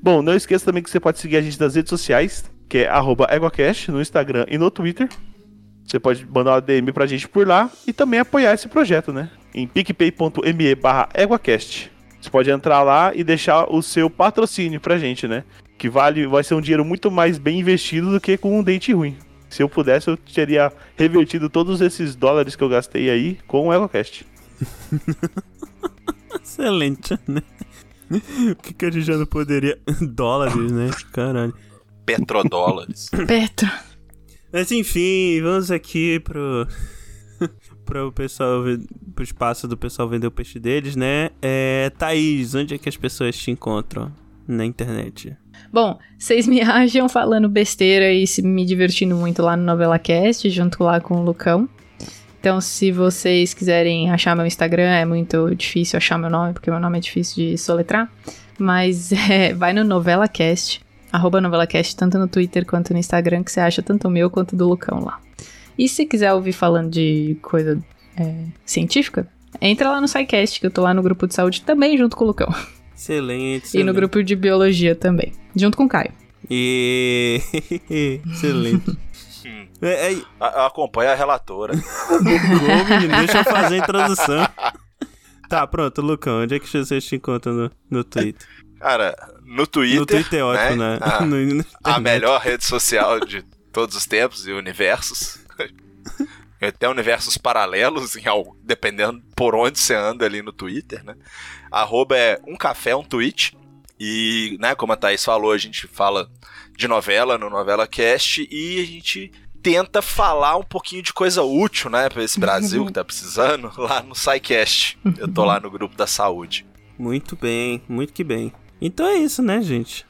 Bom, não esqueça também que você pode seguir a gente nas redes sociais, que é arroba EguaCast, no Instagram e no Twitter. Você pode mandar uma DM pra gente por lá e também apoiar esse projeto, né? Em picpay.me barra EguaCast. Você pode entrar lá e deixar o seu patrocínio pra gente, né? Que vale, vai ser um dinheiro muito mais bem investido do que com um dente ruim. Se eu pudesse, eu teria revertido todos esses dólares que eu gastei aí com o EgoCast.
Excelente, né? O que, que a gente já não poderia. Dólares, né? Caralho.
Petrodólares.
É.
Petro.
Mas enfim, vamos aqui pro. pro pessoal. ven- pro espaço do pessoal vender o peixe deles, né? É. Thaís, onde é que as pessoas te encontram? Na internet.
Bom, vocês me acham falando besteira e se me divertindo muito lá no Novela Cast, junto lá com o Lucão. Então, se vocês quiserem achar meu Instagram, é muito difícil achar meu nome, porque meu nome é difícil de soletrar. Mas é, vai no NovelaCast, arroba NovelaCast, tanto no Twitter quanto no Instagram, que você acha tanto o meu quanto o do Lucão lá. E se quiser ouvir falando de coisa é, científica, entra lá no SciCast, que eu tô lá no grupo de saúde também, junto com o Lucão.
Excelente.
E no
excelente.
grupo de biologia também, junto com o Caio.
E. Excelente.
Hum.
é, é,
A- eu acompanho a relatora.
Ô, menino, deixa eu fazer a introdução. Tá, pronto, Lucão, onde é que vocês te encontram no, no Twitter?
Cara, no Twitter.
No Twitter é ótimo, né?
Ah,
No- no-
a melhor rede social de todos os tempos e universos. E Até universos paralelos, em al- dependendo por onde você anda ali no Twitter, né? Arroba é um café, um tweet. E, né, como a Thaís falou, a gente fala de novela no Novela Cast e a gente tenta falar um pouquinho de coisa útil, né, pra esse Brasil que tá precisando, lá no SciCast. Eu tô lá no grupo da saúde.
Muito bem, muito que bem. Então é isso, né, gente?